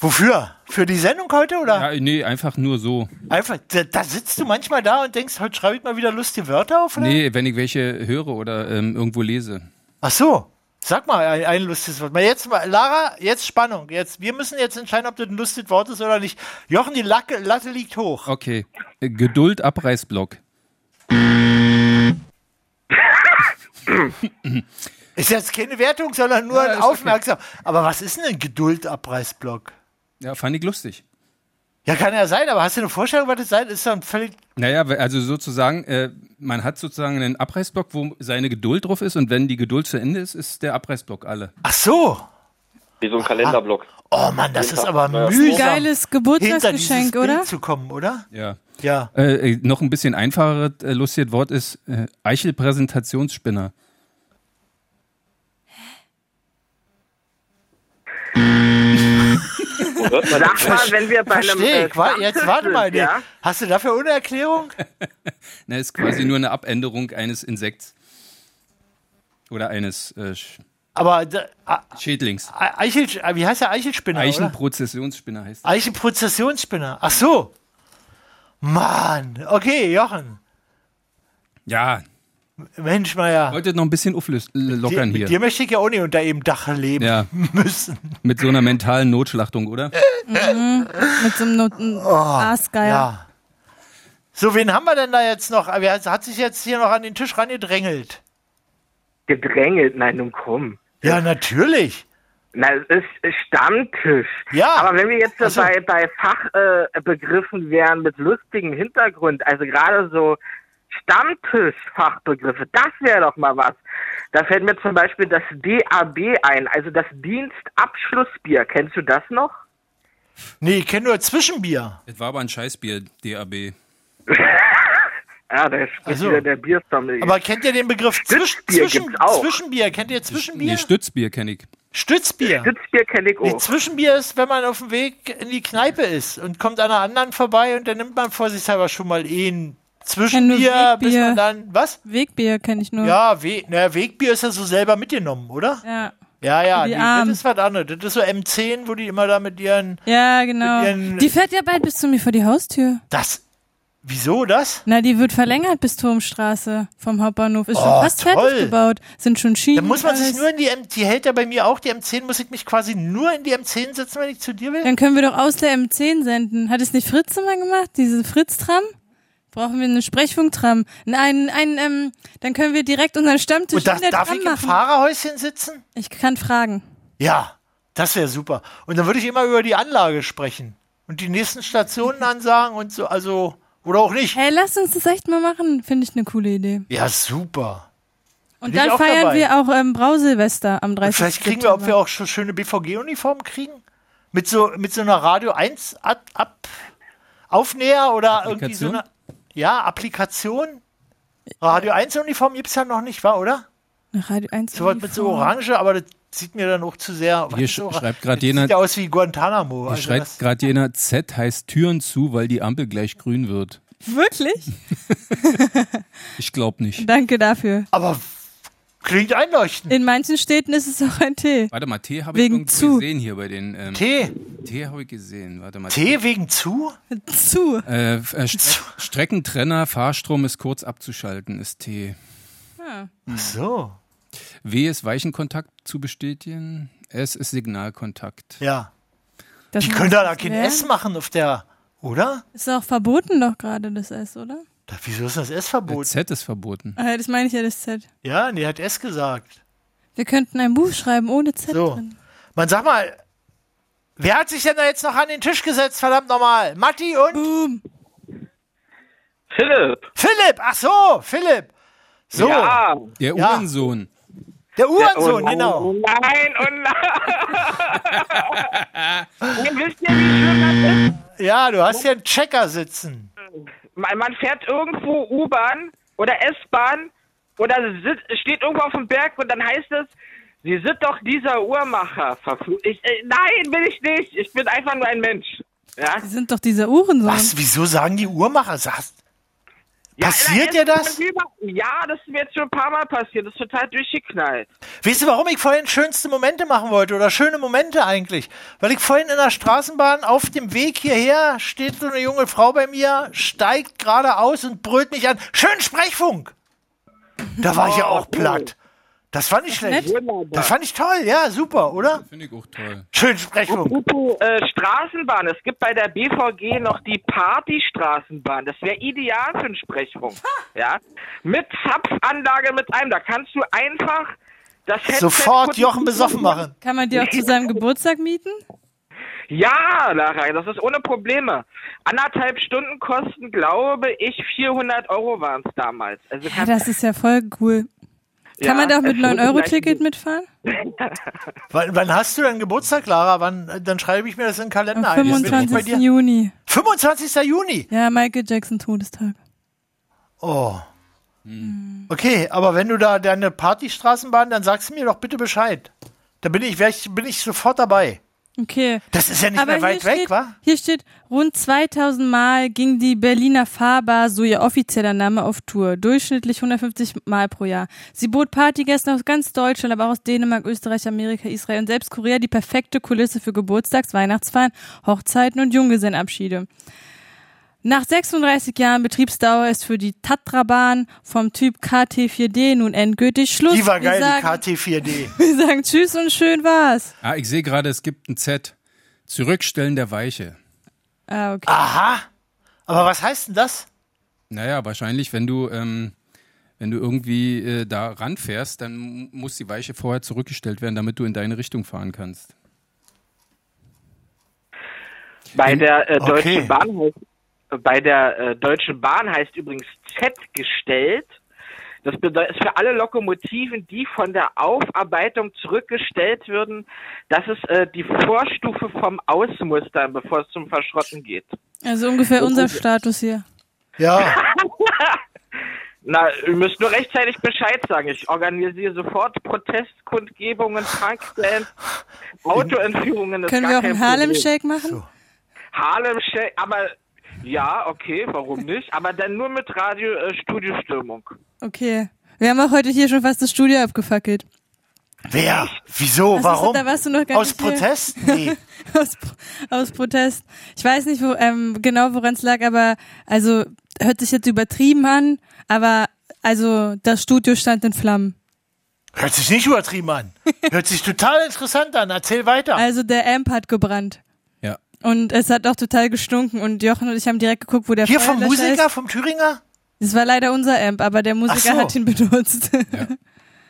Wofür? Für die Sendung heute, oder? Ja, nee, einfach nur so. Einfach, da, da sitzt du manchmal da und denkst, heute schreibe ich mal wieder lustige Wörter auf, oder? Nee, wenn ich welche höre oder ähm, irgendwo lese. Ach so. Sag mal ein, ein lustiges Wort. Mal jetzt, mal, Lara, jetzt Spannung. Jetzt, wir müssen jetzt entscheiden, ob das ein lustiges Wort ist oder nicht. Jochen, die Lacke, Latte liegt hoch. Okay. Äh, Geduld Abreißblock. Ist jetzt keine Wertung, sondern nur ein Aufmerksam. Aber was ist denn ein Geduldabreißblock? Ja, fand ich lustig. Ja, kann ja sein, aber hast du eine Vorstellung, was das sein? Ist dann völlig. Naja, we- also sozusagen, äh, man hat sozusagen einen Abreißblock, wo seine Geduld drauf ist und wenn die Geduld zu Ende ist, ist der Abreißblock alle. Ach so. Wie so ein Kalenderblock. Oh Mann, das ist aber Ja. mühsam. Geiles Geburtstagsgeschenk, hinter dieses oder? Bild zu kommen, oder? Ja. Ja. Äh, äh, noch ein bisschen einfacheres äh, lustiges Wort ist äh, Eichelpräsentationsspinner. Hört man Sag mal, wenn wir bei einem. äh, Verstehe ich. Wa- jetzt Stammtisch warte mal. sind, ja? Hast du dafür ohne Erklärung? Na, ist quasi nur eine Abänderung eines Insekts. Oder eines äh, Sch- Aber da, A- Schädlings. A- Eichel, wie heißt der Eichelspinner? oder? Eichenprozessionsspinner heißt das. Eichenprozessionsspinner. Ach so. Mann. Okay, Jochen. Ja, Mensch, Meier. heute noch ein bisschen auflös- l- Dir, lockern mit dir hier. möchte ich ja auch nicht unter eben Dach leben Ja, [LAUGHS] müssen. mit so einer mentalen Notschlachtung, oder? Mit so einem Noten Aasgeier. Oh, Ja. So, wen haben wir denn da jetzt noch? Wer hat- hat sich jetzt hier noch an den Tisch rangedrängelt? Gedrängelt, nein, nun komm. Ja, natürlich. Na, es ist Stammtisch. Ja. Also- Aber wenn wir jetzt Ach so. bei, bei Fachbegriffen äh, Begriffen wären mit lustigem Hintergrund, also gerade so Stammtischfachbegriffe, das wäre doch mal was. Da fällt mir zum Beispiel das DAB ein, also das Dienstabschlussbier. Kennst du das noch? Nee, ich kenne nur Zwischenbier. Das war aber ein Scheißbier, DAB. Ja, da spricht Also. wieder der Bierstommel. Aber kennt ihr den Begriff Zwisch Stützbier Zwischen gibt's auch. Zwischenbier? Kennt ihr Zwischenbier? Nee, Stützbier kenne ich. Stützbier. Stützbier kenne ich Nee, auch. Zwischenbier ist, wenn man auf dem Weg in die Kneipe ist und kommt an einer anderen vorbei und dann nimmt man vorsichtshalber schon mal eh ein Zwischenbier, Ein bis man Wegbier. dann. Was? Wegbier kenne ich nur. Ja, We naja, Wegbier ist ja so selber mitgenommen, oder? Ja, Ja, ja, Die nee, Armen. das ist was anderes. Das ist so M10, wo die immer da mit ihren. Ja, genau. Mit ihren- Die fährt ja bald bis zu mir vor die Haustür. Das. Wieso das? Na, die wird verlängert bis Turmstraße vom Hauptbahnhof. Ist Oh, schon fast fertig toll. gebaut. Sind schon Schienen. Da muss man sich alles. nur in die M, die hält ja bei mir auch, die M10, muss ich mich quasi nur in die M10 setzen, wenn ich zu dir will? Dann können wir doch aus der M10 senden. Hat es nicht Fritz immer gemacht? Diese Fritz-Tram? Brauchen wir eine Sprechfunktram? Nein, ein, ähm, dann können wir direkt unseren Stammtisch Und das, in der darf Tram ich im machen. Fahrerhäuschen sitzen? Ich kann fragen. Ja, das wäre super. Und dann würde ich immer über die Anlage sprechen und die nächsten [LAUGHS] Stationen ansagen und so, also, oder auch nicht. Hey, lass uns das echt mal machen. Finde ich eine coole Idee. Ja, super. Und Bin ich dann auch feiern dabei. wir auch ähm, Brausilvester am 30. Vielleicht kriegen wir, September. ob wir auch schon schöne BVG-Uniformen kriegen? Mit so, mit so einer Radio 1 ab, ab Aufnäher oder irgendwie so eine ja, Applikation. Radio 1 Uniform gibt es ja noch nicht, war, oder? Eine Radio 1 So was mit so Uniform. Orange, aber das sieht mir dann auch zu sehr. Hier was ist sch- orange? schreibt gerade Das jener- Sieht ja aus wie Guantanamo. Hier Also das, schreibt gerade jener, Z heißt Türen zu, weil die Ampel gleich grün wird. Wirklich? Ich glaube nicht. Danke dafür. Aber klingt einleuchtend. In manchen Städten ist es auch ein T. Warte mal, T habe ich Wegen irgendwo zu. gesehen hier bei den. Ähm, T? T habe ich gesehen. Warte mal. T wegen zu? Zu. Äh, f- [LAUGHS] äh, Stre Streckentrenner, Fahrstrom ist kurz abzuschalten, ist T. Ah. Ach so. W ist Weichenkontakt zu bestätigen. S ist Signalkontakt. Ja. Das die muss können da was da kein werden. S machen auf der, oder? Ist auch verboten doch gerade das S, oder? Da, wieso ist das S verboten? Z ist verboten. Ah, das meine ich ja das Z. Ja, nee, hat S gesagt. Wir könnten ein Buch schreiben ohne Z So. drin. Man sag mal, wer hat sich denn da jetzt noch an den Tisch gesetzt, verdammt nochmal? Matti und? Philipp! Philipp, ach so, Philipp. So. Ja. Der Ja. Uhrensohn. Der Uhrensohn, oh genau. Nein, oh nein. Ihr wisst ja, wie schön Ja, du hast hier einen Checker sitzen. das ist. Man man fährt irgendwo U-Bahn oder S-Bahn oder sit- steht irgendwo auf dem Berg und dann heißt es, Sie sind doch dieser Uhrmacher. verflu- Ich, äh, nein, bin ich nicht. Ich bin einfach nur ein Mensch. Ja? Sie sind doch dieser Uhrensohn. Was, wieso sagen die Uhrmacher? Sagst, passiert ja dir in der das? S-Bahn über- Ja, das ist mir jetzt schon ein paar Mal passiert. Das ist total durchgeknallt. Weißt du, warum ich vorhin schönste Momente machen wollte? Oder schöne Momente eigentlich? Weil ich vorhin in der Straßenbahn auf dem Weg hierher steht so eine junge Frau bei mir, steigt geradeaus und brüllt mich an. Schön Sprechfunk! Da war ich ja auch platt. Das fand ich schlecht. Das fand ich toll, ja, super, oder? Finde ich auch toll. Schön Sprechfunk. Äh, Straßenbahn. Es gibt bei der BVG noch die Partystraßenbahn. Das wäre ideal für einen Sprechfunk. Ja? Mit Zapfanlage mit einem. Da kannst du einfach das Headset Sofort kurz- Jochen besoffen machen. Kann man die auch zu seinem Geburtstag mieten? Ja, Lara, das ist ohne Probleme. Anderthalb Stunden kosten, glaube ich, 400 Euro waren es damals. Also Ja, das ist ja voll cool. Ja, Kann man da auch mit es wird 9-Euro-Ticket mitfahren? Wann, wann hast du denn Geburtstag, Lara? Wann, äh, dann schreibe ich mir das in den Am Kalender ein. Dann bin ich bei 25. dir. Juni. 25. Juni. Ja, Michael Jackson Todestag. Oh. Hm. Okay, aber wenn du da deine Partystraßenbahn, dann sagst du mir doch bitte Bescheid. Da bin ich, wär ich, bin ich sofort dabei. Okay. Das ist ja nicht mehr weit hier weg, steht, wa? Hier steht, rund 2000 Mal ging die Berliner Fahrbar, so ihr offizieller Name, auf Tour. Durchschnittlich 150 Mal pro Jahr. Sie bot Partygästen aus ganz Deutschland, aber auch aus Dänemark, Österreich, Amerika, Israel und selbst Korea die perfekte Kulisse für Geburtstags-, Weihnachtsfeiern, Hochzeiten und Junggesellenabschiede. Nach 36 Jahren Betriebsdauer ist für die Tatrabahn vom Typ KT4D nun endgültig Schluss. Die war geil, wir sagen, die KT4D. [LAUGHS] wir sagen Tschüss und schön war's. Ah, ich sehe gerade, es gibt ein Z. Zurückstellen der Weiche. Ah, okay. Aha. Aber was heißt denn das? Naja, wahrscheinlich, wenn du, ähm, wenn du irgendwie äh, da ranfährst, dann mu- muss die Weiche vorher zurückgestellt werden, damit du in deine Richtung fahren kannst. Bei der äh, Okay. Deutschen Bahn heißt, bei der äh, Deutschen Bahn heißt übrigens Z gestellt. Das bedeutet für alle Lokomotiven, die von der Aufarbeitung zurückgestellt würden, das ist äh, die Vorstufe vom Ausmustern, bevor es zum Verschrotten geht. [LAUGHS] Also Oh, ungefähr unser Status hier. Ja. Na, ihr müsst nur rechtzeitig Bescheid sagen. Ich organisiere sofort Protestkundgebungen, Tankstellen, Autoentführungen. ist Können gar wir auch kein einen Harlem Problem. Shake machen? Harlem Shake, aber ja, okay, warum nicht? Aber dann nur mit Radio äh, Studiostürmung. Okay. Wir haben auch heute hier schon fast das Studio abgefackelt. Wer? Wieso? Hast du- Oh, Warum? da warst du noch gar Aus nicht hier. [LAUGHS] Protest? Nee. aus, Pro- aus Protest. Ich weiß nicht wo, ähm, genau, woran es lag, aber also hört sich jetzt übertrieben an, aber also das Studio stand in Flammen. Hört sich nicht übertrieben an. Hört sich total interessant an. Erzähl weiter. Also der Amp hat gebrannt. Ja. Und es hat auch total gestunken und Jochen und ich haben direkt geguckt, wo der Hier vom Feuerlöscher Musiker, ist. vom Thüringer? Das war leider unser Amp, aber der Musiker so. hat ihn benutzt.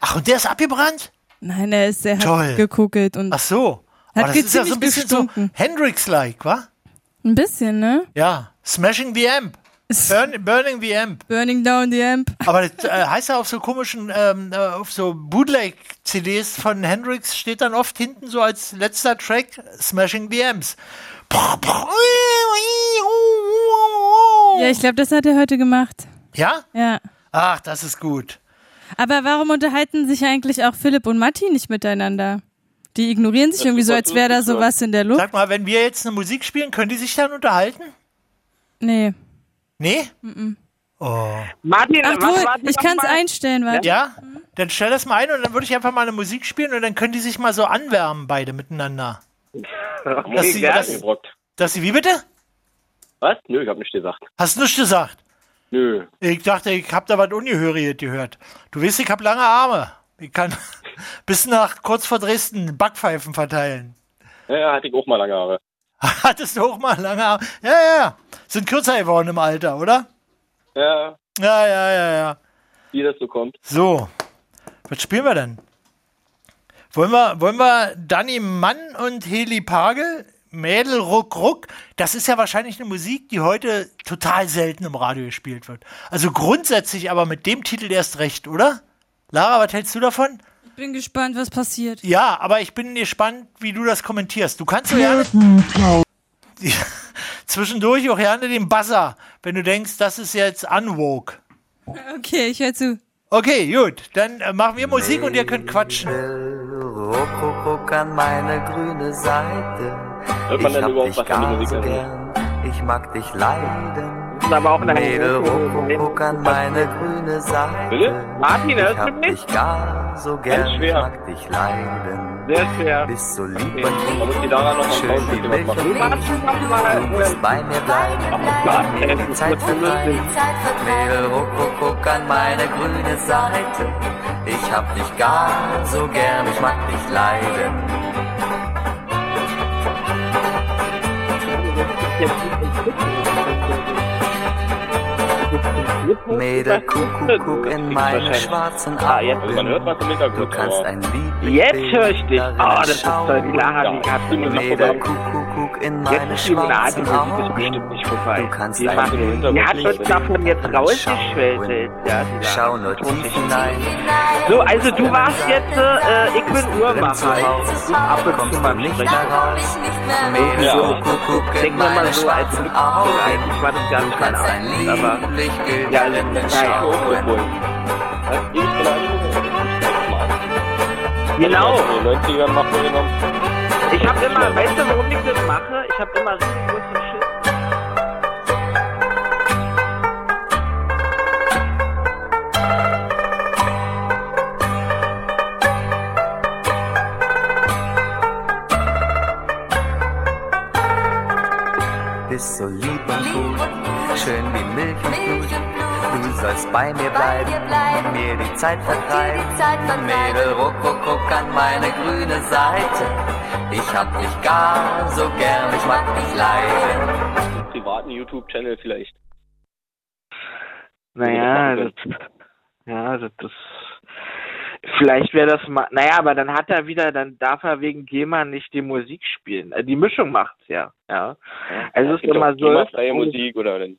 Ach, und der ist abgebrannt? [LAUGHS] Nein, er ist, der Toll. hat gekokelt und Ach so. Hat Aber das ist ja so ziemlich ein bisschen gestunken. so Hendrix-like, wa? ein bisschen, ne? Ja. Smashing the Amp. Burn, burning the Amp. Burning down the amp. Aber das äh, heißt ja auf so komischen, ähm, äh, auf so Bootleg-CDs von Hendrix steht dann oft hinten so als letzter Track Smashing the Amps. Ja, ich glaube, das hat er heute gemacht. Ja? Ja. Ach, das ist gut. Aber warum unterhalten sich eigentlich auch Philipp und Matti nicht miteinander? Die ignorieren sich irgendwie so, als wäre da sowas in der Luft. Sag mal, wenn wir jetzt eine Musik spielen, können die sich dann unterhalten? Nee. Nee? Mhm. Oh. Martin, Obwohl, ich kann es einstellen, warte. Ja? Dann stell das mal ein und dann würde ich einfach mal eine Musik spielen und dann können die sich mal so anwärmen, beide miteinander. Muss ich sie- gar das- nicht gebrockt. Dass sie, wie bitte? Was? Nö, ich hab nicht gesagt. Hast du nichts gesagt? Nö. Ich dachte, ich hab da was Ungehöriges gehört. Du weißt, ich hab lange Arme. Ich kann [LAUGHS] bis nach kurz vor Dresden Backpfeifen verteilen. [LAUGHS] Ja, hatte ich auch mal lange Haare. Hattest du auch mal lange Arme? Ja, ja, ja. Sind kürzer geworden im Alter, oder? Ja, Ja, ja, ja, ja. wie das so kommt. So, was spielen wir denn? Wollen wir, wollen wir Danny Mann und Heli Pagel, Mädel Ruck Ruck, das ist ja wahrscheinlich eine Musik, die heute total selten im Radio gespielt wird. Also grundsätzlich aber mit dem Titel erst recht, oder? Lara, was hältst du davon? Ich bin gespannt, was passiert. Ja, aber ich bin gespannt, wie du das kommentierst. Du kannst doch gerne [LAUGHS] zwischendurch auch gerne den Buzzer, wenn du denkst, das ist jetzt unwoke. Okay, ich höre zu. Okay, gut, dann äh, machen wir Musik und ihr könnt quatschen. Ruck, ruck, ruck an meine grüne Seite. Hört man ich denn hab überhaupt dich was an die gar Musik so an? gern, ich mag dich leiden. Das ist aber auch eine Mädel, ruck, ruck, ruck an meine grüne Seite. Martin, ich hörst du hab mich? dich gar so Ganz gern, ich schwer. mag dich leiden. Sehr schwer. Bist so lieb Okay, und da muss die Lara noch mal schön ein bisschen wie was Milch machen. und Honig. Du äh, musst bei mir bleiben. oh Die Zeit vertreiben. Mädel, ruck, ruck, ruck an meine grüne Seite. Ich hab dich gar so gern, ich mag dich leiden. Mädel, Kuckuck, guck in meine wahrscheinlich. schwarzen Ah, jetzt, Augen. man hört was im Hintergrund. Du kannst ein Lied Jetzt höre ich dich. Ah, das ist so klar. Die hat die Musik Mädel, vorbei. Kuckuck, guck in meine Jetzt die Monate schwarzen Musik Augen. ist bestimmt nicht vorbei. Du kannst Die ein macht- Bild die hat wirklich uns davon jetzt anschauen. rausgeschwellt. Ja, die Schau nur tief hinein. So, also du warst jetzt, äh, ich bin Uhrmacher. Ich bin ab und zu beim Sprechen. Mädel, Ja. Kuckuck, guck in Denken wir meine mal so, als schwarzen Rückzug Augen. eigentlich war das gar nicht mein Abend, aber ja, also, nein. Genau. Also, In den 90ern macht man genommen. Ich habe immer, weißt du, warum ich das mache? Ich habe immer richtig großen Schiss. Bist so lieb und gut, schön wie Milch und Blut. Du sollst bei mir bleiben, mir die Zeit vertreiben. Mädel, ruck, ruck, ruck an meine grüne Seite. Ich hab dich gar so gern, ich mag dich leiden. Einen privaten YouTube-Channel vielleicht. Naja, das, ja, das, das vielleicht wäre das mal, naja, aber dann hat er wieder, dann darf er wegen GEMA nicht die Musik spielen. Äh, Die Mischung macht's ja, ja. Also es ist Gibt immer auch so. Hm. Freie Musik oder dann.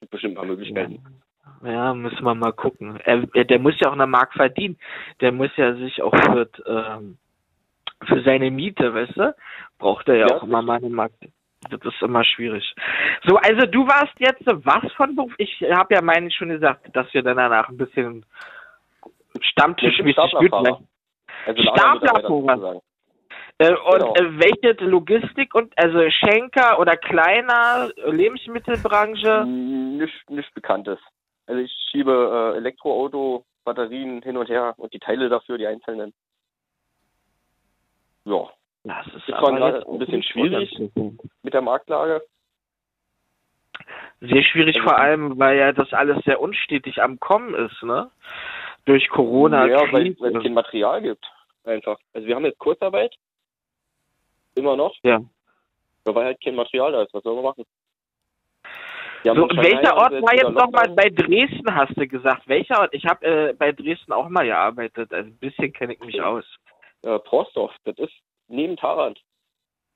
Gibt bestimmt mal Möglichkeiten. Ja, müssen wir mal gucken. Er, er- der muss ja auch eine Mark verdienen. Der muss ja sich auch für, ähm, für seine Miete, weißt du, braucht er ja, Ja, auch immer mal eine Mark. Das ist immer schwierig. So, also du warst jetzt was von Beruf? Ich habe ja meinen schon gesagt, dass wir dann danach ein bisschen Stammtisch Mit Staplerfahrer. Also Lagermitarbeiter Staplerfahrer. Äh, und Genau. äh, welche Logistik und also Schenker oder kleiner Lebensmittelbranche? Nicht, nicht Bekanntes. Also ich schiebe äh, Elektroauto, Batterien hin und her und die Teile dafür, die einzelnen. Ja. Das ist war aber gerade jetzt ein bisschen nicht schwierig mit der Marktlage. Sehr schwierig Also vor allem, weil ja das alles sehr unstetig am Kommen ist, ne? Durch Corona. Ja, weil Krieg. weil es kein Material gibt. Einfach. Also wir haben jetzt Kurzarbeit. Immer noch. Ja. Aber weil halt kein Material da ist. Was sollen wir machen? Die haben So, in und Shanghai welcher haben Ort sie war wieder jetzt nochmal Lockdown. bei Dresden, hast du gesagt? Welcher Ort? Ich habe äh, bei Dresden auch mal gearbeitet, also ein bisschen kenne ich mich aus. Äh, Prostorf, das ist neben Tarant.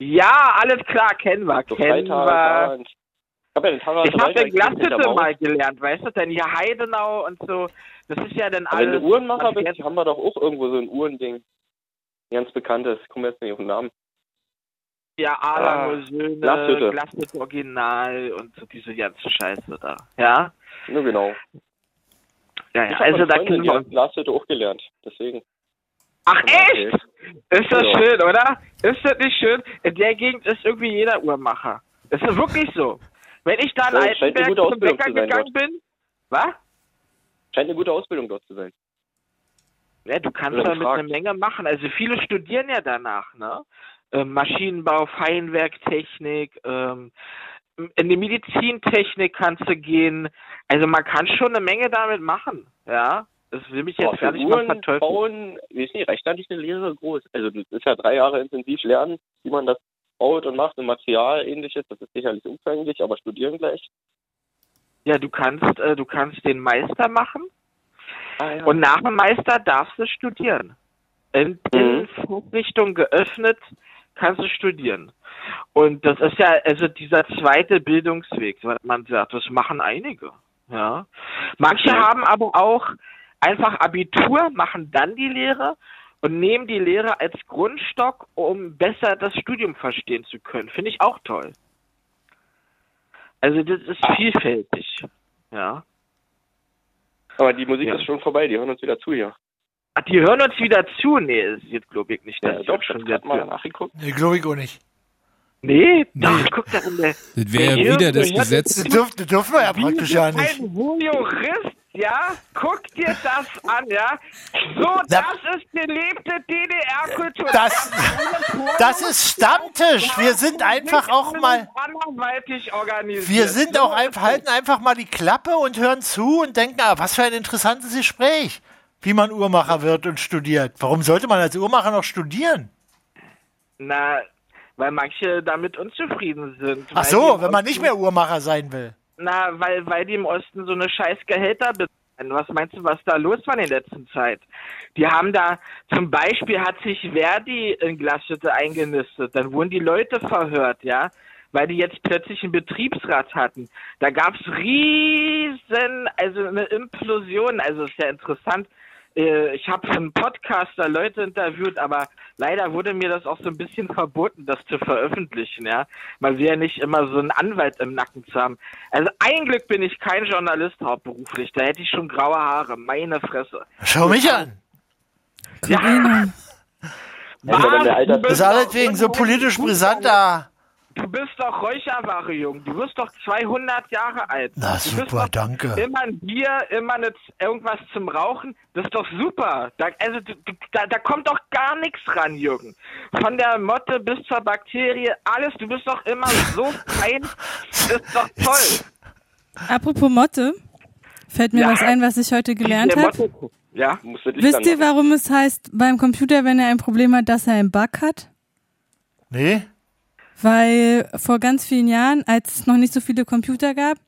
Ja, alles klar, kennen wir, So kennen Freital, wir. Tarant. Ich habe ja den Tarant Ich habe weiter- ja Glashütte hinterm Haus. mal gelernt, weißt du, denn hier Heidenau und so, das ist ja dann Aber wenn alles... du Uhrenmacher bist, haben wir doch auch irgendwo so ein Uhrending. Ein Ganz bekanntes. Ich komme jetzt nicht auf den Namen. Ja, Ah, Alamo Söhne, Glashütte. Glashütte Original und so diese ganze Scheiße da. Ja? Ja, genau. Ja, Ich ja. hab Also von da Freunden, kennen die wir haben Glashütte auch gelernt. Deswegen. Ach echt? Ist das Ja. schön, oder? Ist das nicht schön? In der Gegend ist irgendwie jeder Uhrmacher. Ist das wirklich so? Wenn ich da in Ja, scheint eine Altenberg gute zum Ausbildung Bäcker zu sein gegangen bin, was? Scheint eine gute Ausbildung dort zu sein. Ja, du kannst Oder da mit gefragt. einer Menge machen. Also viele studieren ja danach, ne? Ähm, Maschinenbau, Feinwerktechnik, ähm, in die Medizintechnik kannst du gehen. Also man kann schon eine Menge damit machen, ja? Das will mich jetzt Boah, gar für nicht mal Uhren verteufeln. bauen, weiß nicht, reicht da nicht eine Lehre groß. Also das ist ja drei Jahre intensiv lernen, wie man das baut und macht und Material ähnliches. Das ist sicherlich umfänglich, aber studieren gleich. Ja, du kannst, äh, du kannst den Meister machen und nach dem Meister darfst du studieren. In, in Richtung geöffnet kannst du studieren. Und das ist ja also dieser zweite Bildungsweg, was man sagt, das machen einige. Ja. Manche haben aber auch einfach Abitur, machen dann die Lehre und nehmen die Lehre als Grundstock, um besser das Studium verstehen zu können. Finde ich auch toll. Also das ist vielfältig. Ja. Aber die Musik Ja. ist schon vorbei, die hören uns wieder zu hier. Ach, Ah, die hören uns wieder zu. Nee, das geht, glaube ich, nicht. Ja, Das ich ist auch glaub, schon das wieder hat mal zu. nachgeguckt. Nee, glaube ich auch nicht. Nee, Ach, guck da in der. Das wäre ja wieder das Gesetz. Das dürfen, das dürfen wir ja [LAUGHS] praktisch ja nicht. Ein Jurist, ja? Guck dir das an, ja? [LAUGHS] So, das ist gelebte DDR-Kultur. Das- Das ist Stammtisch. Wir sind einfach auch mal. anderweitig organisiert. Wir sind auch einfach, halten einfach mal die Klappe und hören zu und denken, ah, was für ein interessantes Gespräch, wie man Uhrmacher wird und studiert. Warum sollte man als Uhrmacher noch studieren? Na, weil manche damit unzufrieden sind. Ach so, wenn man nicht mehr Uhrmacher sein will. Na, weil, weil die im Osten so eine scheiß Gehälter bezahlen. Was meinst du, was da los war in der letzten Zeit? Die haben da, zum Beispiel hat sich Verdi in Glashütte eingenistet. Dann wurden die Leute verhört, ja, weil die jetzt plötzlich einen Betriebsrat hatten. Da gab's riesen, also eine Implosion. Also ist ja interessant. Äh, Ich habe für einen Podcaster Leute interviewt, aber leider wurde mir das auch so ein bisschen verboten, das zu veröffentlichen. Ja, man will ja nicht immer so einen Anwalt im Nacken zu haben. Also ein Glück bin ich kein Journalist hauptberuflich. Da hätte ich schon graue Haare. Meine Fresse. Schau mich an. Genau. Ja. Also wenn der Alter- du bist Das alles doch wegen so unheimlich politisch gut, brisanter- Junge. Du bist doch Räucherware, Junge. Du wirst doch 200 Jahre alt. Na du bist super, danke. Immer ein Bier, immer eine, irgendwas zum Rauchen, das ist doch super. Da, also, du- du- da, da kommt doch gar nichts ran, Jürgen. Von der Motte bis zur Bakterie, alles, du bist doch immer [LAUGHS] so fein. Das ist doch toll. Apropos Motte, fällt mir Ja. was ein, was ich heute gelernt Der habe. Motte- Ja? Musst du dich Wisst dann ihr, machen. warum es heißt beim Computer, wenn er ein Problem hat, dass er einen Bug hat? Nee? Weil vor ganz vielen Jahren, als es noch nicht so viele Computer gab,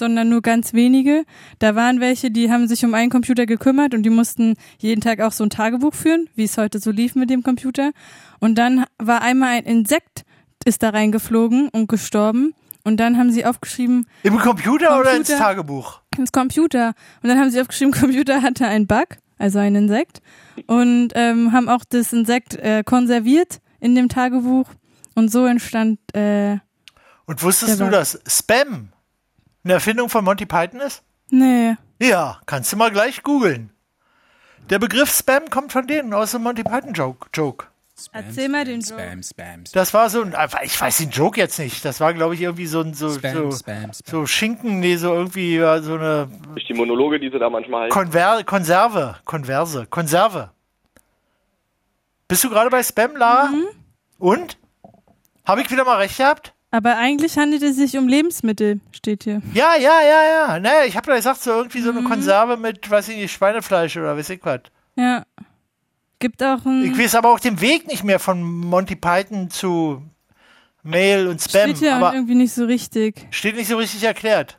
sondern nur ganz wenige, da waren welche, die haben sich um einen Computer gekümmert und die mussten jeden Tag auch so ein Tagebuch führen, wie es heute so lief mit dem Computer. Und dann war einmal ein Insekt, ist da reingeflogen und gestorben. Und dann haben sie aufgeschrieben, Im Computer, oder ins Computer? Tagebuch? ins Computer. Und dann haben sie aufgeschrieben, [LAUGHS] Computer hatte einen Bug, also ein Insekt. Und ähm, haben auch das Insekt äh, konserviert in dem Tagebuch. Und so entstand. Äh, Und wusstest Der du, war- dass Spam eine Erfindung von Monty Python ist? nee. Ja, kannst du mal gleich googeln. Der Begriff Spam kommt von denen aus dem Monty Python Joke. Joke. Erzähl mal den Joke. Spam, spam, spam. Das war so ein, ich weiß den Joke jetzt nicht. Das war, glaube ich, irgendwie so ein so, Spam, so, Spam, so Schinken, nee, so irgendwie ja, so eine Durch die Monologe, die sie da manchmal halten. Konver Konserve, Konverse, Konserve. Mhm. Bist du gerade bei Spam, Lara? Und? Habe ich wieder mal recht gehabt? Aber eigentlich handelt es sich um Lebensmittel, steht hier. Ja, ja, ja, ja. Naja, ich habe da gesagt, so irgendwie so Mhm. eine Konserve mit, weiß ich nicht, Schweinefleisch oder weiß ich was. Ja. Gibt auch ein. Ich weiß aber auch den Weg nicht mehr von Monty Python zu Mail und Spam. Steht hier aber irgendwie nicht so richtig. steht nicht so richtig erklärt.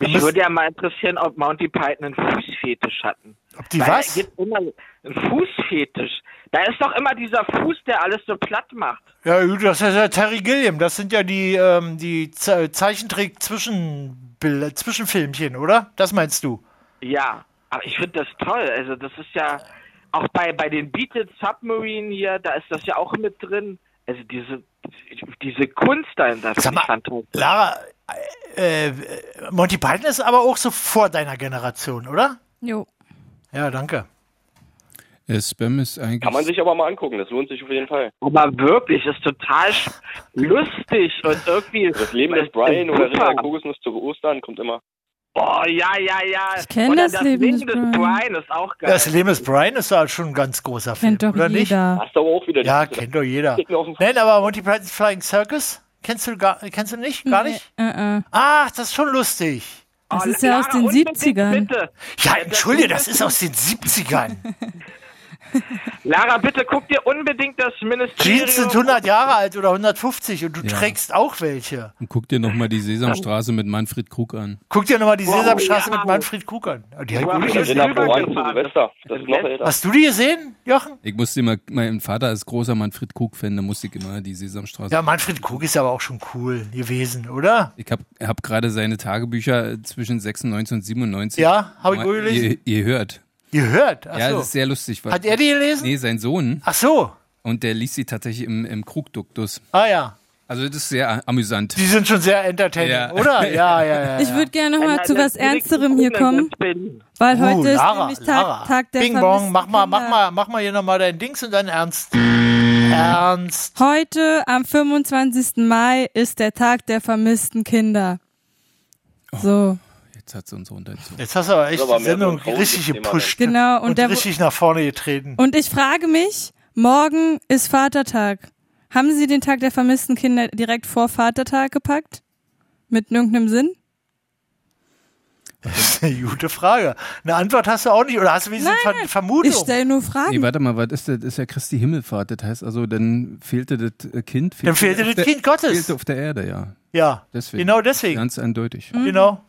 Mich würde ja mal interessieren, ob Monty Python einen Fußfetisch hatten. Ob die Weil was? Es gibt immer einen Fußfetisch. Da ist doch immer dieser Fuß, der alles so platt macht. Ja, gut, das ist ja Terry Gilliam. Das sind ja die, ähm, die Ze Zeichentrick-Zwischenbilder, Zwischenfilmchen, oder? Das meinst du? Ja, aber ich finde das toll. Also das ist ja auch bei, bei den Beatles Submarine hier, da ist das ja auch mit drin. Also diese, diese Kunst dahinter. Sag mal, Lara, äh, äh, Monty Python ist aber auch so vor deiner Generation, oder? Jo. Ja, danke. Äh, Spam ist eigentlich. Kann man sich aber mal angucken, das lohnt sich auf jeden Fall. Aber wirklich, ist total lustig und irgendwie. Das Leben des Brian oder Ritter der Kokosnuss zu Ostern kommt immer. Boah, ja, ja, ja. Ich kenn das Leben des Brian. ist auch geil. Das Leben ist Brian ist halt schon ein ganz großer Film, Kennt doch oder nicht? jeder. Hast du aber auch wieder Ja, kennt doch jeder. Geht mir auf den Nein, aber Monty Python's Flying Circus? Kennst du, gar, kennst du nicht? Gar nicht? Ach, das ist schon lustig. Äh, Das ist ja aus den 70ern. Ja, entschuldige, das ist aus den 70ern. Lara, bitte guck dir unbedingt das Ministerium. Jeans sind 100 Jahre alt oder 150 und du Ja. trägst auch welche. Und guck dir nochmal die Sesamstraße mit Manfred Krug an. Guck dir nochmal die Wow, Sesamstraße ja. mit Manfred Krug an. Ah, Die hat Wow, gut ich gesehen. Erinner voran zu Silvester. Das ist noch älter. Hast du die gesehen, Jochen? Ich musste immer, mein Vater ist großer Manfred Krug-Fan, da musste ich immer die Sesamstraße. Ja, Manfred Krug ist aber auch schon cool gewesen, oder? Ich habe hab gerade seine Tagebücher zwischen 96 und 97. Ja, hab ich mal wohl gelesen. Ihr, ihr hört. Gehört. Ach Ja, so. das ist sehr lustig. weil- Hat er die gelesen? Nee, sein Sohn. Ach so. Und der liest sie tatsächlich im, im Krugduktus. Ah ja. Also das ist sehr a- amüsant. Die sind schon sehr entertaining, [LAUGHS] Ja. oder? Ja, ja, ja. Ich ja. würde gerne nochmal zu was Ernsterem hier kommen, Bin. weil Uh, heute ist Lara, nämlich Tag, Lara. Tag der Bing Bong, vermissten mach mal, mach Kinder. mal, mach mal hier nochmal dein Dings und dann ernst. Ernst. Heute am 25. Mai ist der Tag der vermissten Kinder. Oh. So, Jetzt hat sie uns runtergezogen. Jetzt hast du aber echt Das ist aber die mehr so ein Sendung richtig Frauenthema, ne? gepusht. genau. Und, Und, der, richtig nach vorne getreten. und ich frage mich, morgen ist Vatertag. Haben Sie den Tag der vermissten Kinder direkt vor Vatertag gepackt? Mit irgendeinem Sinn? Das ist eine [LAUGHS] gute Frage. Eine Antwort hast du auch nicht, oder hast du wenigstens Ver Vermutung? Ich stelle nur Fragen. Nee, warte mal, was ist das? Das ist ja Christi Himmelfahrt. Das heißt also, dann fehlte das äh, Kind. Dann fehlte auf das der- Kind Gottes. Fehlte auf der Erde, ja. ja, Deswegen. genau deswegen. Ganz eindeutig. Genau.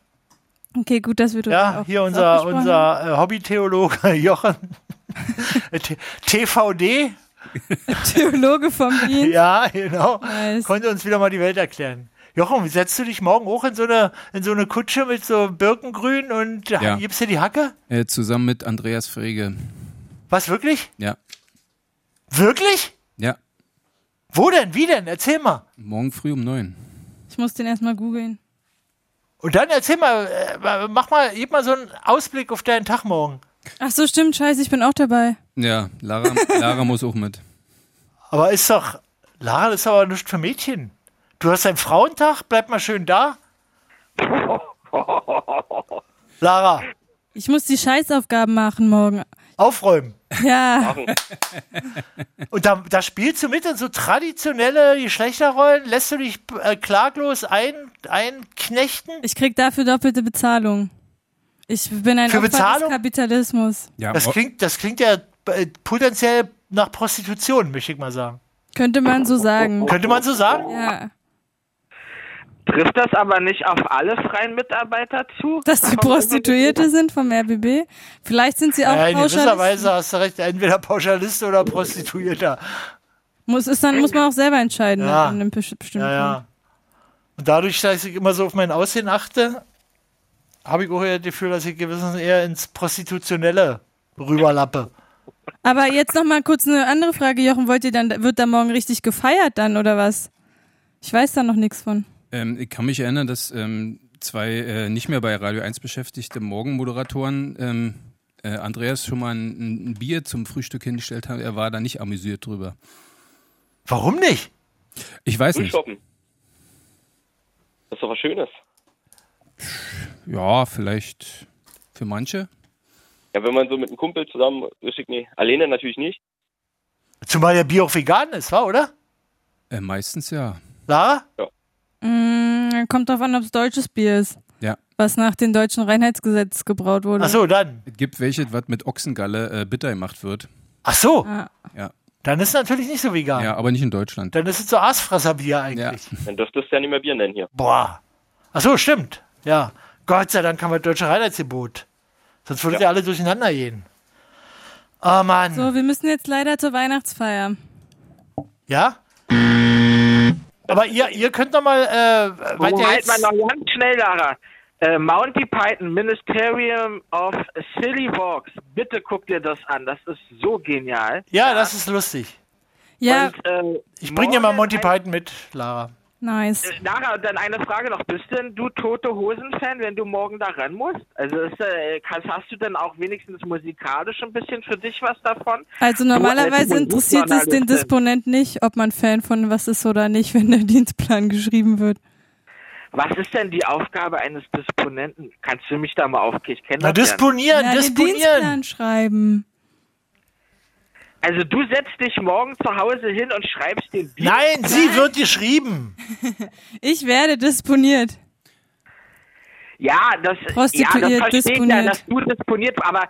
Okay, gut, dass wir das Ja, Hm. auch hier das unser, abgesprochen haben. unser äh, Hobbytheologe [LAUGHS] Jochen. T- TVD? [LAUGHS] Theologe vom [LAUGHS] Dienst. Ja, genau. Nice. Konnte uns wieder mal die Welt erklären. Jochen, setzt du dich morgen auch in so eine, in so eine Kutsche mit so Birkengrün und Ja. gibst dir die Hacke? Äh, zusammen mit Andreas Frege. Was, wirklich? Ja. Wirklich? Ja. Wo denn? Wie denn? Erzähl mal. Morgen früh um neun. Ich muss den erstmal googeln. Und dann erzähl mal, äh, mach mal, gib mal so einen Ausblick auf deinen Tag morgen. Ach so, stimmt, scheiße, ich bin auch dabei. Ja, [LAUGHS] Lara, Lara muss auch mit. Aber ist doch, Lara, das ist aber nicht für Mädchen. Du hast einen Frauentag, bleib mal schön da. Lara, Ich muss die Scheißaufgaben [LAUGHS] machen morgen. aufräumen. Ja, Und da, da spielst du mit in so traditionelle Geschlechterrollen, lässt du dich äh, klaglos ein, einknechten? ich krieg dafür doppelte Bezahlung. Ich bin ein Für Opfer Bezahlung? des Kapitalismus. Ja, Das mo- klingt, das klingt ja äh, potenziell nach Prostitution, möchte ich mal sagen. Könnte man Oh, so sagen. Könnte man so sagen? Ja. Trifft das aber nicht auf alle freien Mitarbeiter zu? Dass [LAUGHS] die Prostituierte sind vom RBB. Vielleicht sind sie auch Ja, Äh, in gewisser pauschal. Weise hast du recht, entweder Pauschalist oder Prostituierter. Muss, ist dann muss man auch selber entscheiden. Ja. An einem besti- bestimmten Ja, ja. Und dadurch, dass ich immer so auf mein Aussehen achte, habe ich auch eher das Gefühl, dass ich gewissens eher ins Prostitutionelle rüberlappe. Punkt. Aber jetzt noch mal kurz eine andere Frage, Jochen. Wollt ihr dann, wird da morgen richtig gefeiert dann oder was? Ich weiß da noch nichts von. ähm, ich kann mich erinnern, dass ähm, zwei äh, nicht mehr bei Radio 1 beschäftigte Morgenmoderatoren ähm, äh, Andreas schon mal ein, ein Bier zum Frühstück hingestellt haben. Er war da nicht amüsiert drüber. Warum nicht? Ich weiß nicht. Frühschoppen. Das ist doch was Schönes. Ja, vielleicht für manche. Ja, wenn man so mit einem Kumpel zusammen, richtig, nee, alleine natürlich nicht. Zumal der Bier auch vegan ist, war, oder? Äh, meistens ja. Lara? Ja. Mm, kommt drauf an, ob es deutsches Bier ist. Ja. Was nach dem deutschen Reinheitsgesetz gebraut wurde. dann. Es gibt welche, was mit Ochsengalle äh, bitter gemacht wird. Ach so. Ja. Dann ist natürlich nicht so vegan. Ja, aber nicht in Deutschland. Dann ist es so Aasfresserbier eigentlich. Dann dürftest du ja nicht mehr Bier nennen hier. Boah. Ach so, stimmt. Ja. Gott sei Dank haben wir das deutsche Reinheitsgebot. Sonst würdet ihr alle durcheinander gehen. Oh Mann. So, wir müssen jetzt leider zur Weihnachtsfeier. Ja? Aber ihr, ihr könnt noch mal, äh, Wo weil der halt jetzt, man noch ganz schnell daran. Äh, Mounty Python Ministerium of Silly Walks. Bitte guck dir das an. Das ist so genial. ja, das ist lustig. Ja. Und, äh, Ich bring dir mal Monty Python mit, Lara. Nice. Lara, und dann eine Frage noch. Bist denn du tote Hosen-Fan, wenn du morgen da ran musst? Also ist, äh, kannst, hast du denn auch wenigstens musikalisch ein bisschen für dich was davon? Also Du als normalerweise interessiert es Musikjournalistin. den Disponent nicht, ob man Fan von was ist oder nicht, [LAUGHS] wenn der Dienstplan geschrieben wird. Was ist denn die Aufgabe eines Disponenten? Kannst du mich da mal auf? Ich kenne Na, das ja nicht. disponieren, Ja, Den disponieren. Dienstplan schreiben. Also du setzt dich morgen zu Hause hin und schreibst den Beat. Nein, sie wird geschrieben. Ich werde disponiert. Ja, das, ja, das Prostituiert, verstehe ich ja, disponiert. dass du disponiert, aber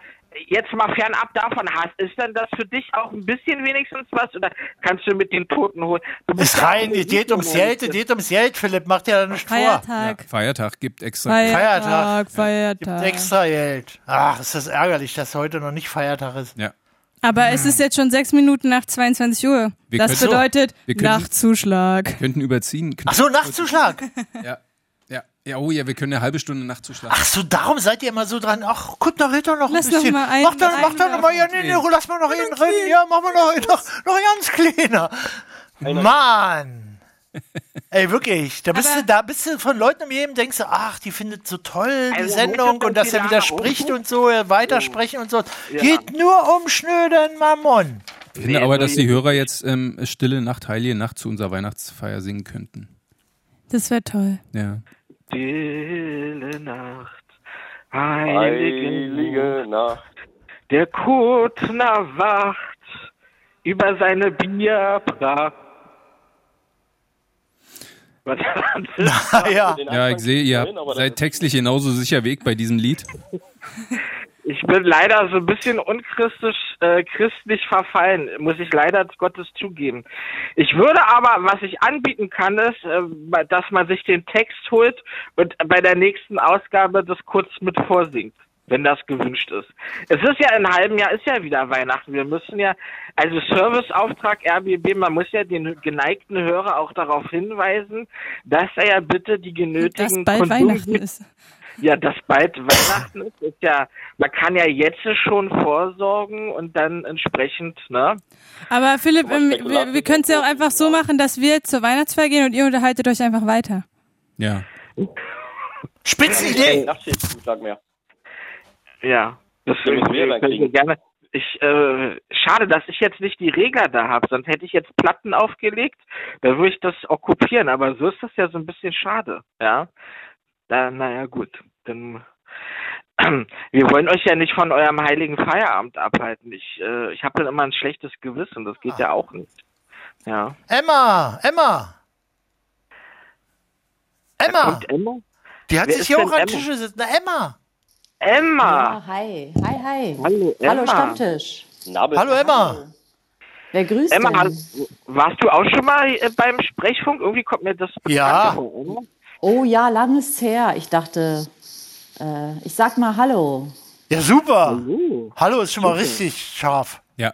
jetzt mal fernab davon hast, ist denn das für dich auch ein bisschen wenigstens was oder kannst du mit den Toten holen? Du bist Ist ja [LAUGHS] rein, auch um es geht ums Geld, es geht ums Geld, Philipp, macht dir da nicht vor. Feiertag. Feiertag gibt extra. Feiertag. Feiertag, Feiertag. Gibt extra Geld. Ach, ist das ärgerlich, dass heute noch nicht Feiertag ist. Ja. Aber es ist jetzt schon sechs Minuten nach 22 Uhr. Wir das können- bedeutet Wir können- Nachtzuschlag. Wir könnten überziehen. Ach so, Nachtzuschlag. Ja. ja. Ja, oh ja, wir können eine halbe Stunde Nachtzuschlag. Ach so, darum seid ihr immer so dran. Ach, guck, da redet doch noch Lass ein noch bisschen. mal einen- mach doch, mach doch einen noch mal, ja, nee, nee, lass mal noch einen reden. Ja, machen wir noch, noch, noch ganz kleiner. [LAUGHS] Mann. Ey, wirklich, da bist, du, da bist du von Leuten im Leben, denkst du, ach, die findet so toll, die Also, Sendung holt und das dass er die wieder Lara spricht hoch? und so, äh, weitersprechen und so. Ja. Geht nur um schnöden Mammon. [LAUGHS] Ich finde aber, dass die Hörer jetzt ähm, Stille Nacht, Heilige Nacht zu unserer Weihnachtsfeier singen könnten. Das wäre toll. Ja. Stille Nacht, Heilige heilige Nacht. Der Kutner wacht über seine Bierpracht. Was war das? ja. Ja, ich sehe, ihr habt, seid textlich genauso sicher Weg bei diesem Lied. Ich bin leider so ein bisschen unchristlich äh, christlich verfallen, muss ich leider Gottes zugeben. Ich würde aber, was ich anbieten kann, ist, äh, dass man sich den Text holt und bei der nächsten Ausgabe das kurz mit vorsingt, wenn das gewünscht ist. Es ist ja in einem halben Jahr ist ja wieder Weihnachten. Wir müssen ja, also Serviceauftrag RBB, man muss ja den geneigten Hörer auch darauf hinweisen, dass er ja bitte die Dass genötigen bald Konsum- Weihnachten ist. ja, dass bald Weihnachten ist, ist ja, man kann ja jetzt schon vorsorgen und dann entsprechend, ne? Aber Philipp, ähm, wir, wir können es ja auch einfach so machen, dass wir zur Weihnachtsfeier gehen und ihr unterhaltet euch einfach weiter. Ja. Spitzenidee. Nachtschichtzuschlag mehr. Ja. Das Wir müssen wir können wir reinkriegen. gerne. Ich, äh, schade, dass ich jetzt nicht die Regler da habe, sonst hätte ich jetzt Platten aufgelegt, dann würde ich das okkupieren, aber so ist das ja so ein bisschen schade, ja. Da, naja, gut, dann. [CLEARS THROAT] Wir wollen euch ja nicht von eurem heiligen Feierabend abhalten. Ich, äh, ich habe dann immer ein schlechtes Gewissen, das geht ja auch nicht. Ja. Emma, Emma. Emma, Und Emma? die hat Wer sich ist hier denn auch an Emma? den Tisch gesetzt. Na, Emma. Emma! Ah, hi. Hi, hi. Hallo, Emma. Hallo Stammtisch. Hallo, Emma. Wer grüßt Emma, denn? hast, warst du auch schon mal äh, beim Sprechfunk? Irgendwie kommt mir das Ja. vor, oder? Oh ja, lang ist's her. Ich dachte, äh, ich sag mal Hallo. Ja, super. Mhm. Hallo, ist schon mal richtig scharf. Ja.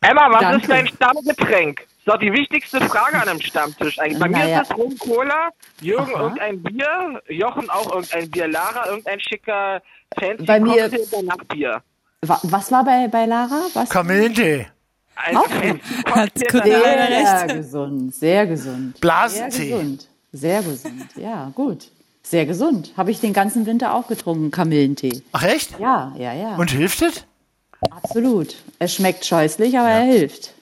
Emma, was Danke. ist dein Stammgetränk? Ist doch die wichtigste Frage an einem Stammtisch eigentlich. Bei mir Naja. ist es Rum Cola, Jürgen Aha. irgendein Bier, Jochen auch irgendein Bier, Lara irgendein schicker fancy Bei mir- Cocktail danach Bier. Wa was war bei, bei Lara? Was? Kamillentee. Ein Auch? [LAUGHS] fancy Hat's Cocktail Cola danach. Ja, Sehr recht. gesund, sehr gesund. Blasentee. Sehr gesund, sehr gesund. Ja, gut. Sehr gesund. Habe ich den ganzen Winter auch getrunken, Kamillentee. Ach, echt? Ja, ja, ja. Und hilft es? Absolut. Es schmeckt scheußlich, aber er hilft.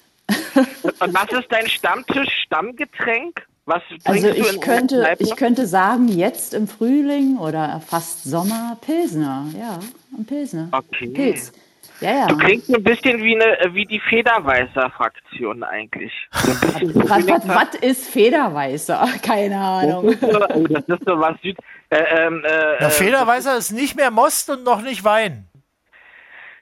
Und was ist dein Stammtisch-Stammgetränk? Was Also trinkst du ich in könnte, einer Kneipe? ich könnte sagen, jetzt im Frühling oder fast Sommer Pilsner, ja, ein Pilsner. Okay. Pilz. Ja, ja. Du klingst so ein bisschen wie, eine, äh, wie die Federweißer-Fraktion eigentlich. So ein bisschen [LAUGHS] so Was, was, Federweißer. was ist Federweißer? [LAUGHS] Keine Das Ahnung. ist so- oh, das ist so was Süd. Äh, ähm, äh, Der äh, Federweißer ist nicht mehr Most und noch nicht Wein.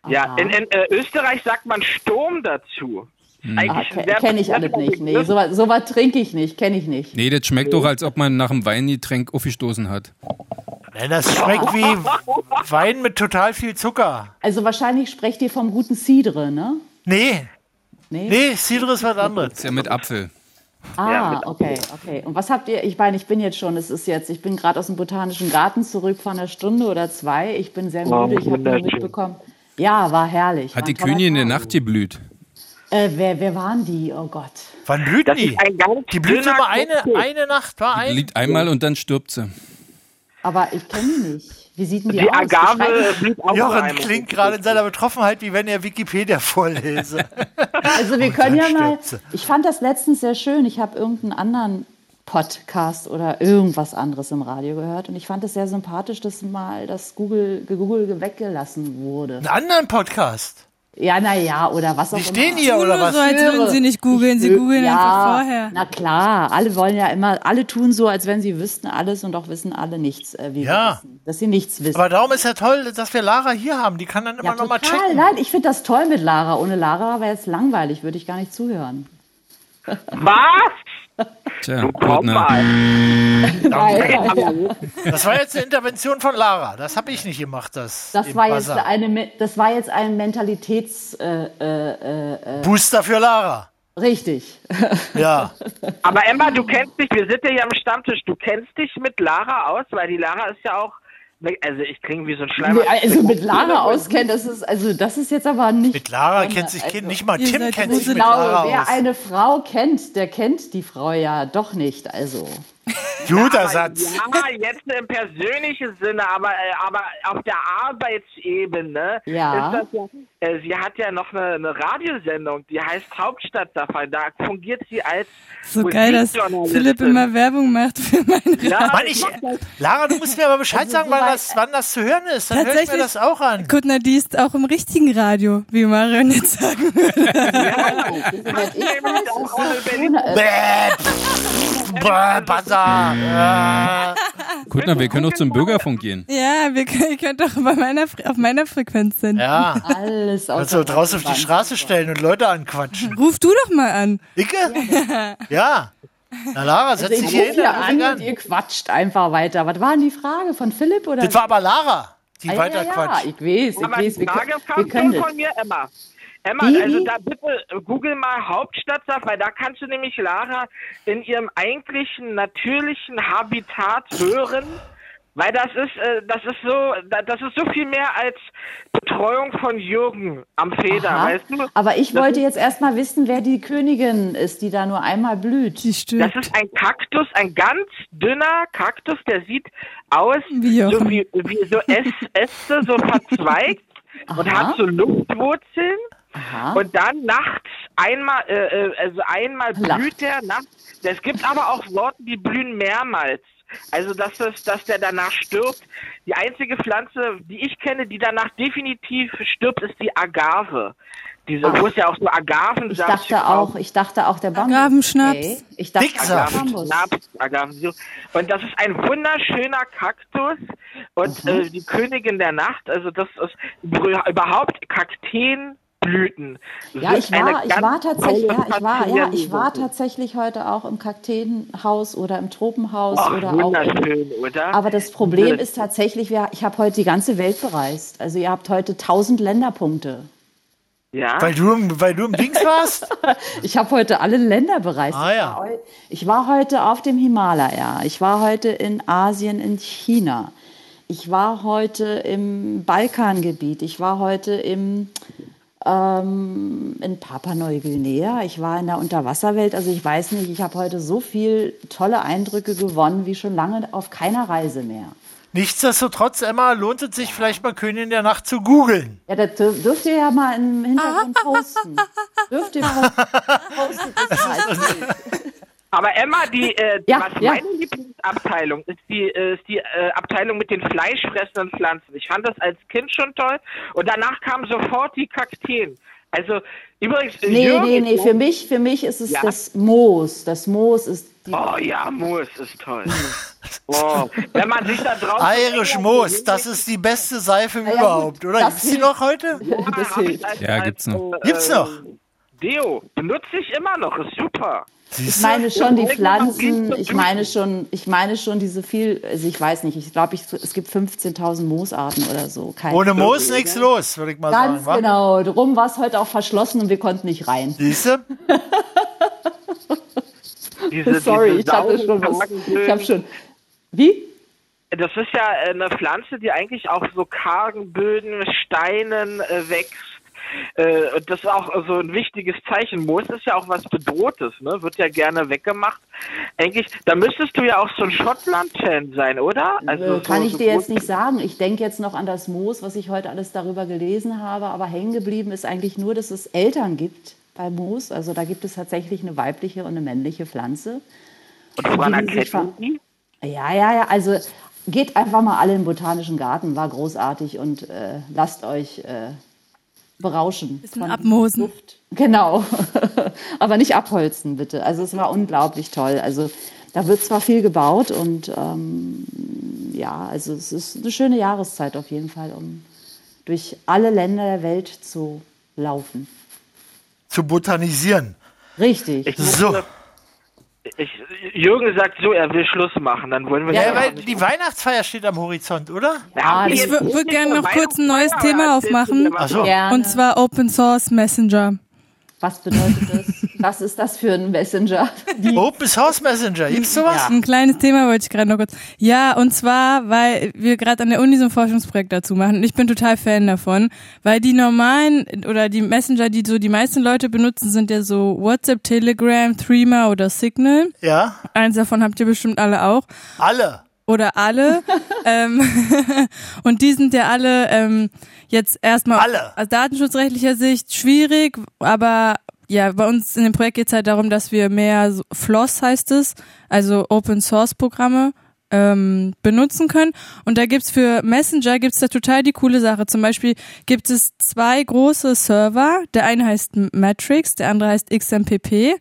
Ja, in, in äh, Österreich sagt man Sturm dazu. Hm. Ah, Eigentlich ein sehr Kenne ich alles bekannter nicht. Nee, Begriff. sowas so was trinke ich nicht, kenne ich nicht. Nee, das schmeckt doch, als ob man nach dem Weingetränk aufgestoßen hat. Nein, das schmeckt wie Wein mit total viel Zucker. Also wahrscheinlich sprecht ihr vom guten Cidre, ne? Nee. Nee, nee Cidre ist was anderes. Ist ja mit Apfel. Ah, okay, okay. Und was habt ihr, ich meine, ich bin jetzt schon, es ist jetzt, ich bin gerade aus dem Botanischen Garten zurück vor einer Stunde oder zwei. Ich bin Oh, sehr Oh, Wow, müde, ich habe nur wunderschön. mitbekommen. Ja, war herrlich. war Hat die ein toller Königin in der Nacht geblüht? Tag. Äh, wer, wer waren die? Oh Gott. Wann blüht Das die? ist ein ganz Die blüht dünner immer eine, Knopf. eine Nacht, war Die ein. liegt einmal und dann stirbt sie. Aber ich kenne die nicht. Wie sieht denn die, Die aus? Agave Beschreib- blüht auch Jochen einmal. klingt gerade in seiner Betroffenheit, wie wenn er Wikipedia vorlese. Also oh, wir können ja mal. stirbt sie. Ich fand das letztens sehr schön. Ich habe irgendeinen anderen Podcast oder irgendwas anderes im Radio gehört und ich fand es sehr sympathisch, dass mal das Google, Google weggelassen wurde. Einen anderen Podcast. Ja, naja, oder was auch Nicht immer. den hier, oder Tun nur was? so, als würden sie nicht googeln, sie Ich- googeln einfach vorher. Na klar, alle wollen ja immer, alle tun so, als wenn sie wüssten alles und doch wissen alle nichts, äh, wie wir Ja. wissen, dass sie nichts wissen. Aber darum ist ja toll, dass wir Lara hier haben. Die kann dann immer noch nochmal checken. Nein, ich finde das toll mit Lara. Ohne Lara wäre es langweilig, würde ich gar nicht zuhören. Was? Tja, ne? Partner. Nein, nein, Das war jetzt eine Intervention von Lara. Das habe ich nicht gemacht. Das, Das im war, jetzt Buzzer. eine, Me- das war jetzt ein Mentalitäts... Äh, äh, äh, äh, Booster für Lara. richtig. Ja. Aber Emma, du kennst dich, wir sitzen hier am Stammtisch, du kennst dich mit Lara aus, weil die Lara ist ja auch, also ich klinge wie so ein [LAUGHS] Schleimer. Nee, also mit Lara auskennen, das ist, also das ist jetzt aber nicht... Mit Lara kennt sich Kind, nicht mal Tim kennt sich mit Genau, Lara wer aus. eine Frau kennt, der kennt die Frau ja doch nicht. Also Guter Satz. Ja, jetzt im persönlichen Sinne, aber, äh, aber auf der Arbeitsebene Ja. ist das ja, äh, sie hat ja noch eine, eine Radiosendung, die heißt Hauptstadtsache, da fungiert sie als So geil, dass Philipp immer Werbung macht für meine Ja, Mann, ich, [LAUGHS] Lara, du musst mir aber Bescheid sagen, wann das, wann das zu hören ist. Dann höre ich mir das auch an. Kuttner, die ist auch im richtigen Radio, wie Marion jetzt sagen Soweit ich weiß, ist das so eine- Bäh, pff, bäh, Buzzer. Äh. Kuttner, wir können doch zum Bürgerfunk gehen. Ja, wir, kö- ihr könnt doch bei meiner, Fre- auf meiner Frequenz senden. Ja. Alles Kannst du Also draußen auf die Straße stellen und Leute anquatschen. Ruf du doch mal an. Icke? Ja. Na, Lara, setz Also dich ich hier rufe hin. hier dann an ruf und ich ihr quatscht einfach weiter. Was war denn die Frage von Philipp oder? Das war aber Lara, die Ah, ja, weiter ja, ja, quatscht. Ich weiß, ich Aber weiß, wir, Frage können- wir kam können schon das. von mir, Emma. Emma, Wie, also wie? da bitte äh, google mal Hauptstadtsaft, weil da kannst du nämlich Lara in ihrem eigentlichen natürlichen Habitat hören. Weil das ist, äh, das ist so, da- das ist so viel mehr als Betreuung von Jürgen am Feder, Aha. weißt du? Aber ich das wollte ist, jetzt erstmal wissen, wer die Königin ist, die da nur einmal blüht. Die Das ist ein Kaktus, ein ganz dünner Kaktus, der sieht aus so wie, wie so Äs- Äste, so [LAUGHS] verzweigt und Aha. hat so Luftwurzeln. Aha. Und dann nachts einmal, äh, äh, also einmal blüht der nachts. Es gibt aber auch Sorten, die blühen mehrmals. Also dass das, dass der danach stirbt. Die einzige Pflanze, die ich kenne, die danach definitiv stirbt, ist die Agave. Diese, wo es ja auch so Ich Agavensaft dachte auch, ich dachte auch der Bambus. Agavenschnaps. Okay. Ich dachte auch der Bambus. Agavensaft, Agavensirup. Und das ist ein wunderschöner Kaktus Mhm. und äh, die Königin der Nacht. Also das ist brü- überhaupt Kakteenblüten. Ja, sind ich eine war, ich ganz war tatsächlich, tolle ja, ich war, ja, ich war Faszination. tatsächlich heute auch im Kakteenhaus oder im Tropenhaus Ach, oder auch. wunderschön, oder? Äh, Aber das Problem Das- ist tatsächlich, wir, ich habe heute die ganze Welt bereist. Also ihr habt heute 1000 Länderpunkte. Ja. Weil du, im- weil du im Dings [LAUGHS] warst? Ich habe heute alle Länder bereist. Ah, ja. Ich war heute auf dem Himalaya. Ich war heute in Asien, in China. Ich war heute im Balkangebiet. Ich war heute im, ähm, in Papua-Neuguinea. Ich war in der Unterwasserwelt. Also ich weiß nicht, ich habe heute so viel tolle Eindrücke gewonnen, wie schon lange auf keiner Reise mehr. Nichtsdestotrotz, Emma, lohnt es sich vielleicht mal Königin der Nacht zu googeln. Ja, das dür- dürft ihr ja mal im Hintergrund posten. Dürft ihr posten. postet das mal. Aber Emma, die, äh, Ja, was ja. meine Lieblings, Obstabteilung ist die, äh, ist die äh, Abteilung mit den fleischfressenden Pflanzen. Ich fand das als Kind schon toll und danach kamen sofort die Kakteen. Also übrigens, äh, Nee, Jürgen- nee, nee, für mich, für mich ist es Ja. das Moos. Das Moos ist die. Oh ja, Moos [LAUGHS] ist toll. oh. Wenn man sich da drauf. Irish Moos, das ist die beste Seife ja, überhaupt, gut, oder? das Gibt's die noch [LAUGHS] heute? Ja, gibt's noch. Gibt's noch? äh, Deo, benutze ich immer noch, ist super. Ich meine schon die Pflanzen, ich meine schon, ich meine schon diese viel, also ich weiß nicht, ich glaube, ich, es gibt 15.000 Moosarten oder so. Keine Ohne Ahnung. Moos nichts los, würde ich mal Ganz sagen. wa? genau, drum war es heute auch verschlossen und wir konnten nicht rein. [LAUGHS] Siehste? [LAUGHS] Diese- Sorry, diese ich hatte schon was. Saugen- Ich habe schon. Wie? Das ist ja äh, eine Pflanze, die eigentlich auf so kargen Böden, Steinen äh, wächst. Äh, und das ist auch so ein wichtiges Zeichen. Moos ist ja auch was Bedrohtes, ne? Wird ja gerne weggemacht. Eigentlich, da müsstest du ja auch so ein Schottland-Fan sein, oder? Äh, kann Also so- ich so dir jetzt groß- nicht sagen. Ich denke jetzt noch an das Moos, was ich heute alles darüber gelesen habe, aber hängen geblieben ist eigentlich nur, dass es Eltern gibt bei Moos. Also da gibt es tatsächlich eine weibliche und eine männliche Pflanze. Und woran die sich erkennt ver- man die? Ja, ja, ja. Also geht einfach mal alle in den Botanischen Garten, war großartig und äh, lasst euch äh, berauschen. Bisschen abmosen. Genau. [LAUGHS] Aber nicht abholzen, bitte. Also es war unglaublich toll. Also da wird zwar viel gebaut und ähm, ja, also es ist eine schöne Jahreszeit auf jeden Fall, um durch alle Länder der Welt zu laufen. Zu botanisieren. Richtig. So. Ich, Jürgen sagt so, er will Schluss machen, dann wollen wir Ja, hier Äh, weil auch nicht- die Weihnachtsfeier steht am Horizont, oder? Ja, Ah, Ich würde gerne noch kurz ein neues Thema erzählst du aufmachen. mir was? Ach so. Gerne. Und zwar Open Source Messenger. Was bedeutet das? Was ist das für ein Messenger? Open Source Messenger, gibt's sowas? Ein kleines Thema wollte ich gerade noch kurz. Ja, und zwar, weil wir gerade an der Uni so ein Forschungsprojekt dazu machen. Und ich bin total Fan davon, weil die normalen oder die Messenger, die so die meisten Leute benutzen, sind ja so WhatsApp, Telegram, Threema oder Signal. Ja. Eins davon habt ihr bestimmt alle auch. Alle. Oder alle. ähm, [LAUGHS] und die sind ja alle ähm, jetzt erstmal aus Also datenschutzrechtlicher Sicht schwierig, aber ja, bei uns in dem Projekt geht es halt darum, dass wir mehr so- Floss heißt es, also Open Source Programme ähm, benutzen können. Und da gibt's für Messenger gibt's da total die coole Sache. Zum Beispiel gibt es zwei große Server. Der eine heißt M- Matrix, der andere heißt XMPP.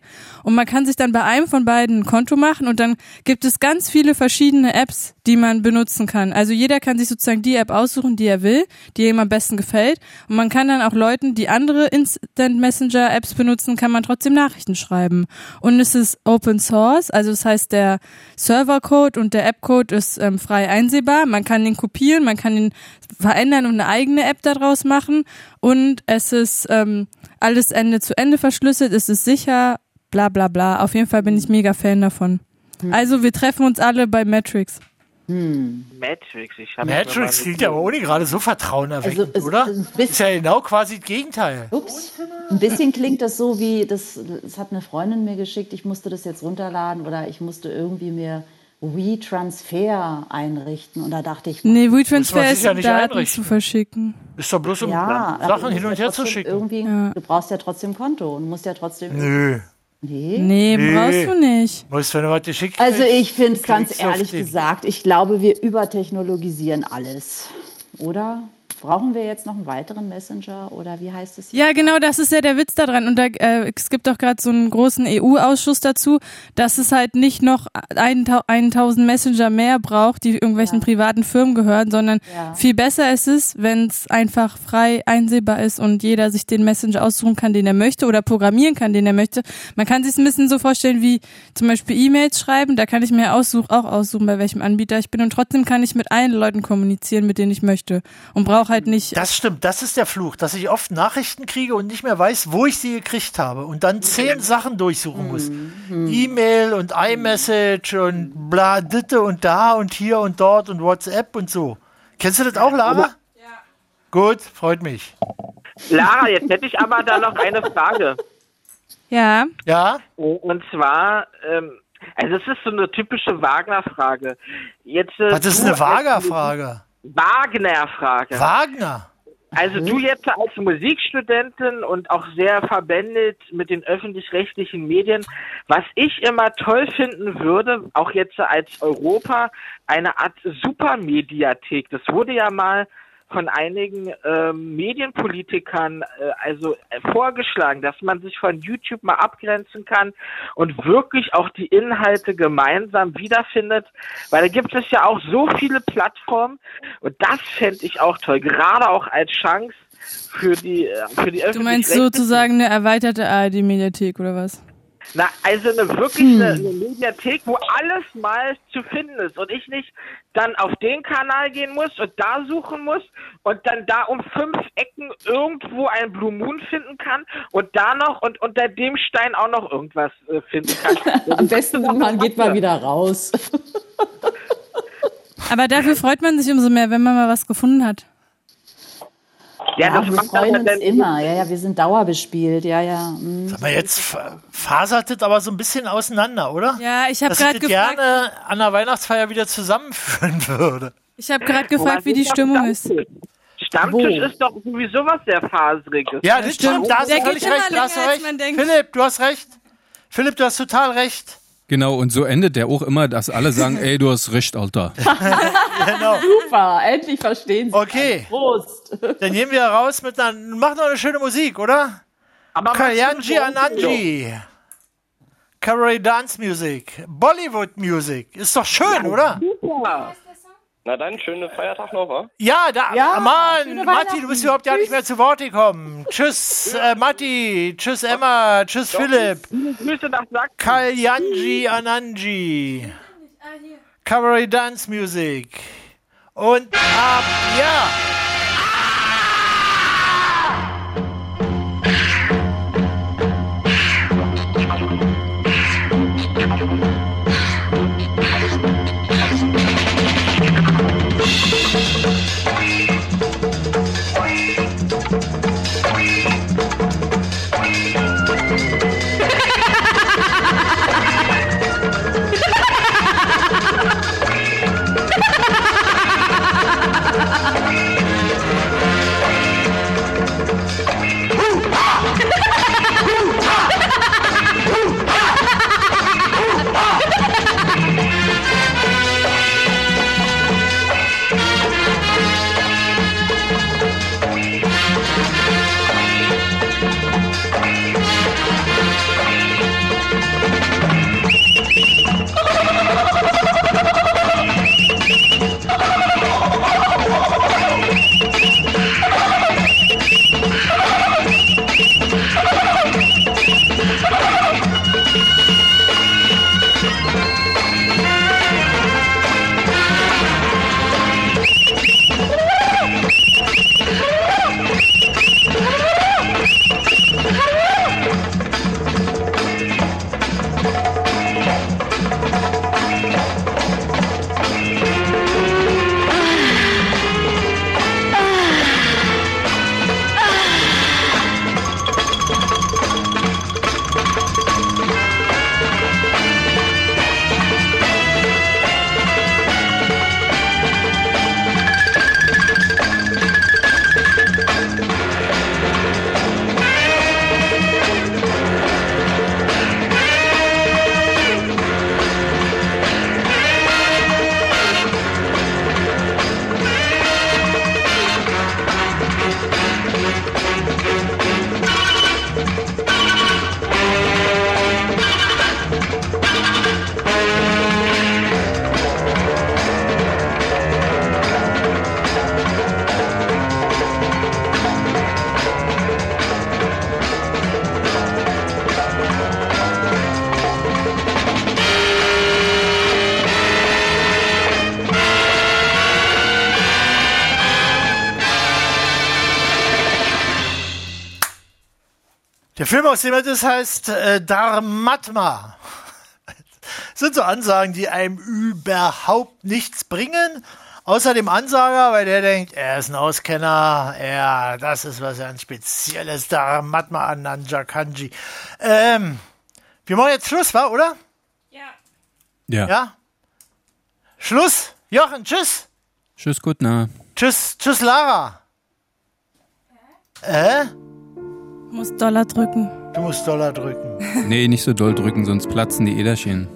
Und man kann sich dann bei einem von beiden ein Konto machen und dann gibt es ganz viele verschiedene Apps, die man benutzen kann. Also jeder kann sich sozusagen die App aussuchen, die er will, die ihm am besten gefällt. Und man kann dann auch Leuten, die andere Instant Messenger Apps benutzen, kann man trotzdem Nachrichten schreiben. Und es ist Open Source, also das heißt, der Servercode und der Appcode ist ähm, frei einsehbar. Man kann den kopieren, man kann ihn verändern und eine eigene App daraus machen. Und es ist ähm, alles Ende zu Ende verschlüsselt, es ist sicher, bla bla bla. Auf jeden Fall bin ich mega Fan davon. Hm. Also wir treffen uns alle bei Matrix. Matrix, ich hab Matrix klingt ja aber ohne gerade so Also vertrauenerweckend, oder? Ist ja genau quasi das Gegenteil. Ups. Ein bisschen klingt das so wie, das, das hat eine Freundin mir geschickt, ich musste das jetzt runterladen oder ich musste irgendwie mir WeTransfer einrichten. Und da dachte ich, Nee, Muss man WeTransfer sich ist ja um nicht Daten einrichten. zu verschicken. Ist doch bloß um ja, also aber Sachen du hin musst und ja her zu trotzdem schicken. Irgendwie, Du brauchst ja trotzdem Konto und musst ja trotzdem. Nö. Nee? Nee, brauchst du nicht. Musst, wenn du was geschickt Also kriegst, ich finde es ganz klickst du auf ehrlich den. gesagt, ich glaube, wir übertechnologisieren alles. Oder? Brauchen wir jetzt noch einen weiteren Messenger oder wie heißt es Ja, genau, das ist ja der Witz daran. Und da, äh, es gibt auch gerade so einen großen EU-Ausschuss dazu, dass es halt nicht noch 1000 Messenger mehr braucht, die irgendwelchen privaten Firmen gehören, sondern Ja. viel besser ist es, wenn es einfach frei einsehbar ist und jeder sich den Messenger aussuchen kann, den er möchte oder programmieren kann, den er möchte. Man kann sich ein bisschen so vorstellen wie zum Beispiel E-Mails schreiben, da kann ich mir aussuch, auch aussuchen, bei welchem Anbieter ich bin und trotzdem kann ich mit allen Leuten kommunizieren, mit denen ich möchte und brauche halt nicht Das stimmt, das ist der Fluch, dass ich oft Nachrichten kriege und nicht mehr weiß, wo ich sie gekriegt habe und dann zehn Sachen durchsuchen muss. E-Mail und iMessage und bla, ditte und da und hier und dort und WhatsApp und so. Kennst du das auch, Lara? Ja. Gut, freut mich. Lara, jetzt hätte ich aber da noch eine Frage. Ja. Ja? Und zwar, ähm, also es ist so eine typische Wagner-Frage. Jetzt, äh, Was ist du eine als- Wagner-Frage? Wagner-Frage. Wagner? Also du jetzt als Musikstudentin und auch sehr verbändelt mit den öffentlich-rechtlichen Medien, was ich immer toll finden würde, auch jetzt als Europa, eine Art Supermediathek. Das wurde ja mal von einigen ähm, Medienpolitikern äh, also äh, vorgeschlagen, dass man sich von YouTube mal abgrenzen kann und wirklich auch die Inhalte gemeinsam wiederfindet, weil da gibt es ja auch so viele Plattformen und das fände ich auch toll, gerade auch als Chance für die äh, für die Du meinst sozusagen eine erweiterte ARD-Mediathek oder was? Na, also eine wirklich eine, Hm. eine Mediathek, wo alles mal zu finden ist und ich nicht dann auf den Kanal gehen muss und da suchen muss und dann da um fünf Ecken irgendwo einen Blue Moon finden kann und da noch und unter dem Stein auch noch irgendwas äh, finden [LAUGHS] kann. Am besten, man geht mal wieder raus. Aber dafür freut man sich umso mehr, wenn man mal was gefunden hat. Ja, wir freuen uns immer. Ja, ja, wir sind dauerbespielt. Ja, ja. mhm. Aber jetzt fa- fasert das aber so ein bisschen auseinander, oder? Ja, ich hab Dass ich grad das gefragt- gerne an der Weihnachtsfeier wieder zusammenführen [LAUGHS] würde. Ich habe gerade gefragt, halt wie die Stimmung ist. Stammtisch ist doch sowieso was sehr faseriges. Ja, das stimmt. Da hast du völlig recht. Da hast du recht. Philipp, du hast recht. Philipp, du hast total recht. Genau, und so endet der auch immer, dass alle sagen, ey, du hast recht, Alter. Super, endlich verstehen Sie. Okay. Prost. Dann gehen wir raus mit einer. Mach noch eine schöne Musik, oder? Aber Kalyanji Ananji. Cabaret Dance Music. Bollywood Music. Ist doch schön, oder? Super. Na dann, schönen Feiertag noch, wa? Ja, da, ah, Ja, Mann, schöne Matti, du bist Weihnachten. überhaupt ja nicht mehr zu Wort gekommen. tschüss, äh, Matti, tschüss, Emma, tschüss, Philipp. Grüße nach Sachsen. Kalyanji Ananji. Cabaret Dance Music. Und ab, ja. Der Film, aus dem er das heißt äh, Dharmatma. [LAUGHS] Das sind so Ansagen, die einem überhaupt nichts bringen, außer dem Ansager, weil der denkt, er ist ein Auskenner, er, das ist was ganz Spezielles, Dharmatma Ananja Kanji. Ähm, wir machen jetzt Schluss, war, oder? Ja. ja? Schluss. Jochen, tschüss. Tschüss, gut, na. Tschüss, tschüss, Lara. Äh? Du musst Dollar drücken. Du musst Dollar drücken. Nee, nicht so doll drücken, sonst platzen die Äderchen.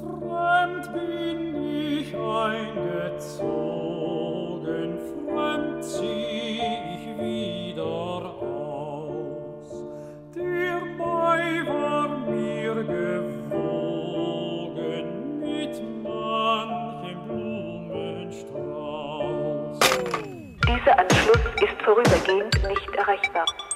Fremd bin ich eingezogen, fremd zieh ich wieder aus. Der Mai war mir gewogen mit manchem Blumenstrauß. Dieser Anschluss ist vorübergehend nicht erreichbar.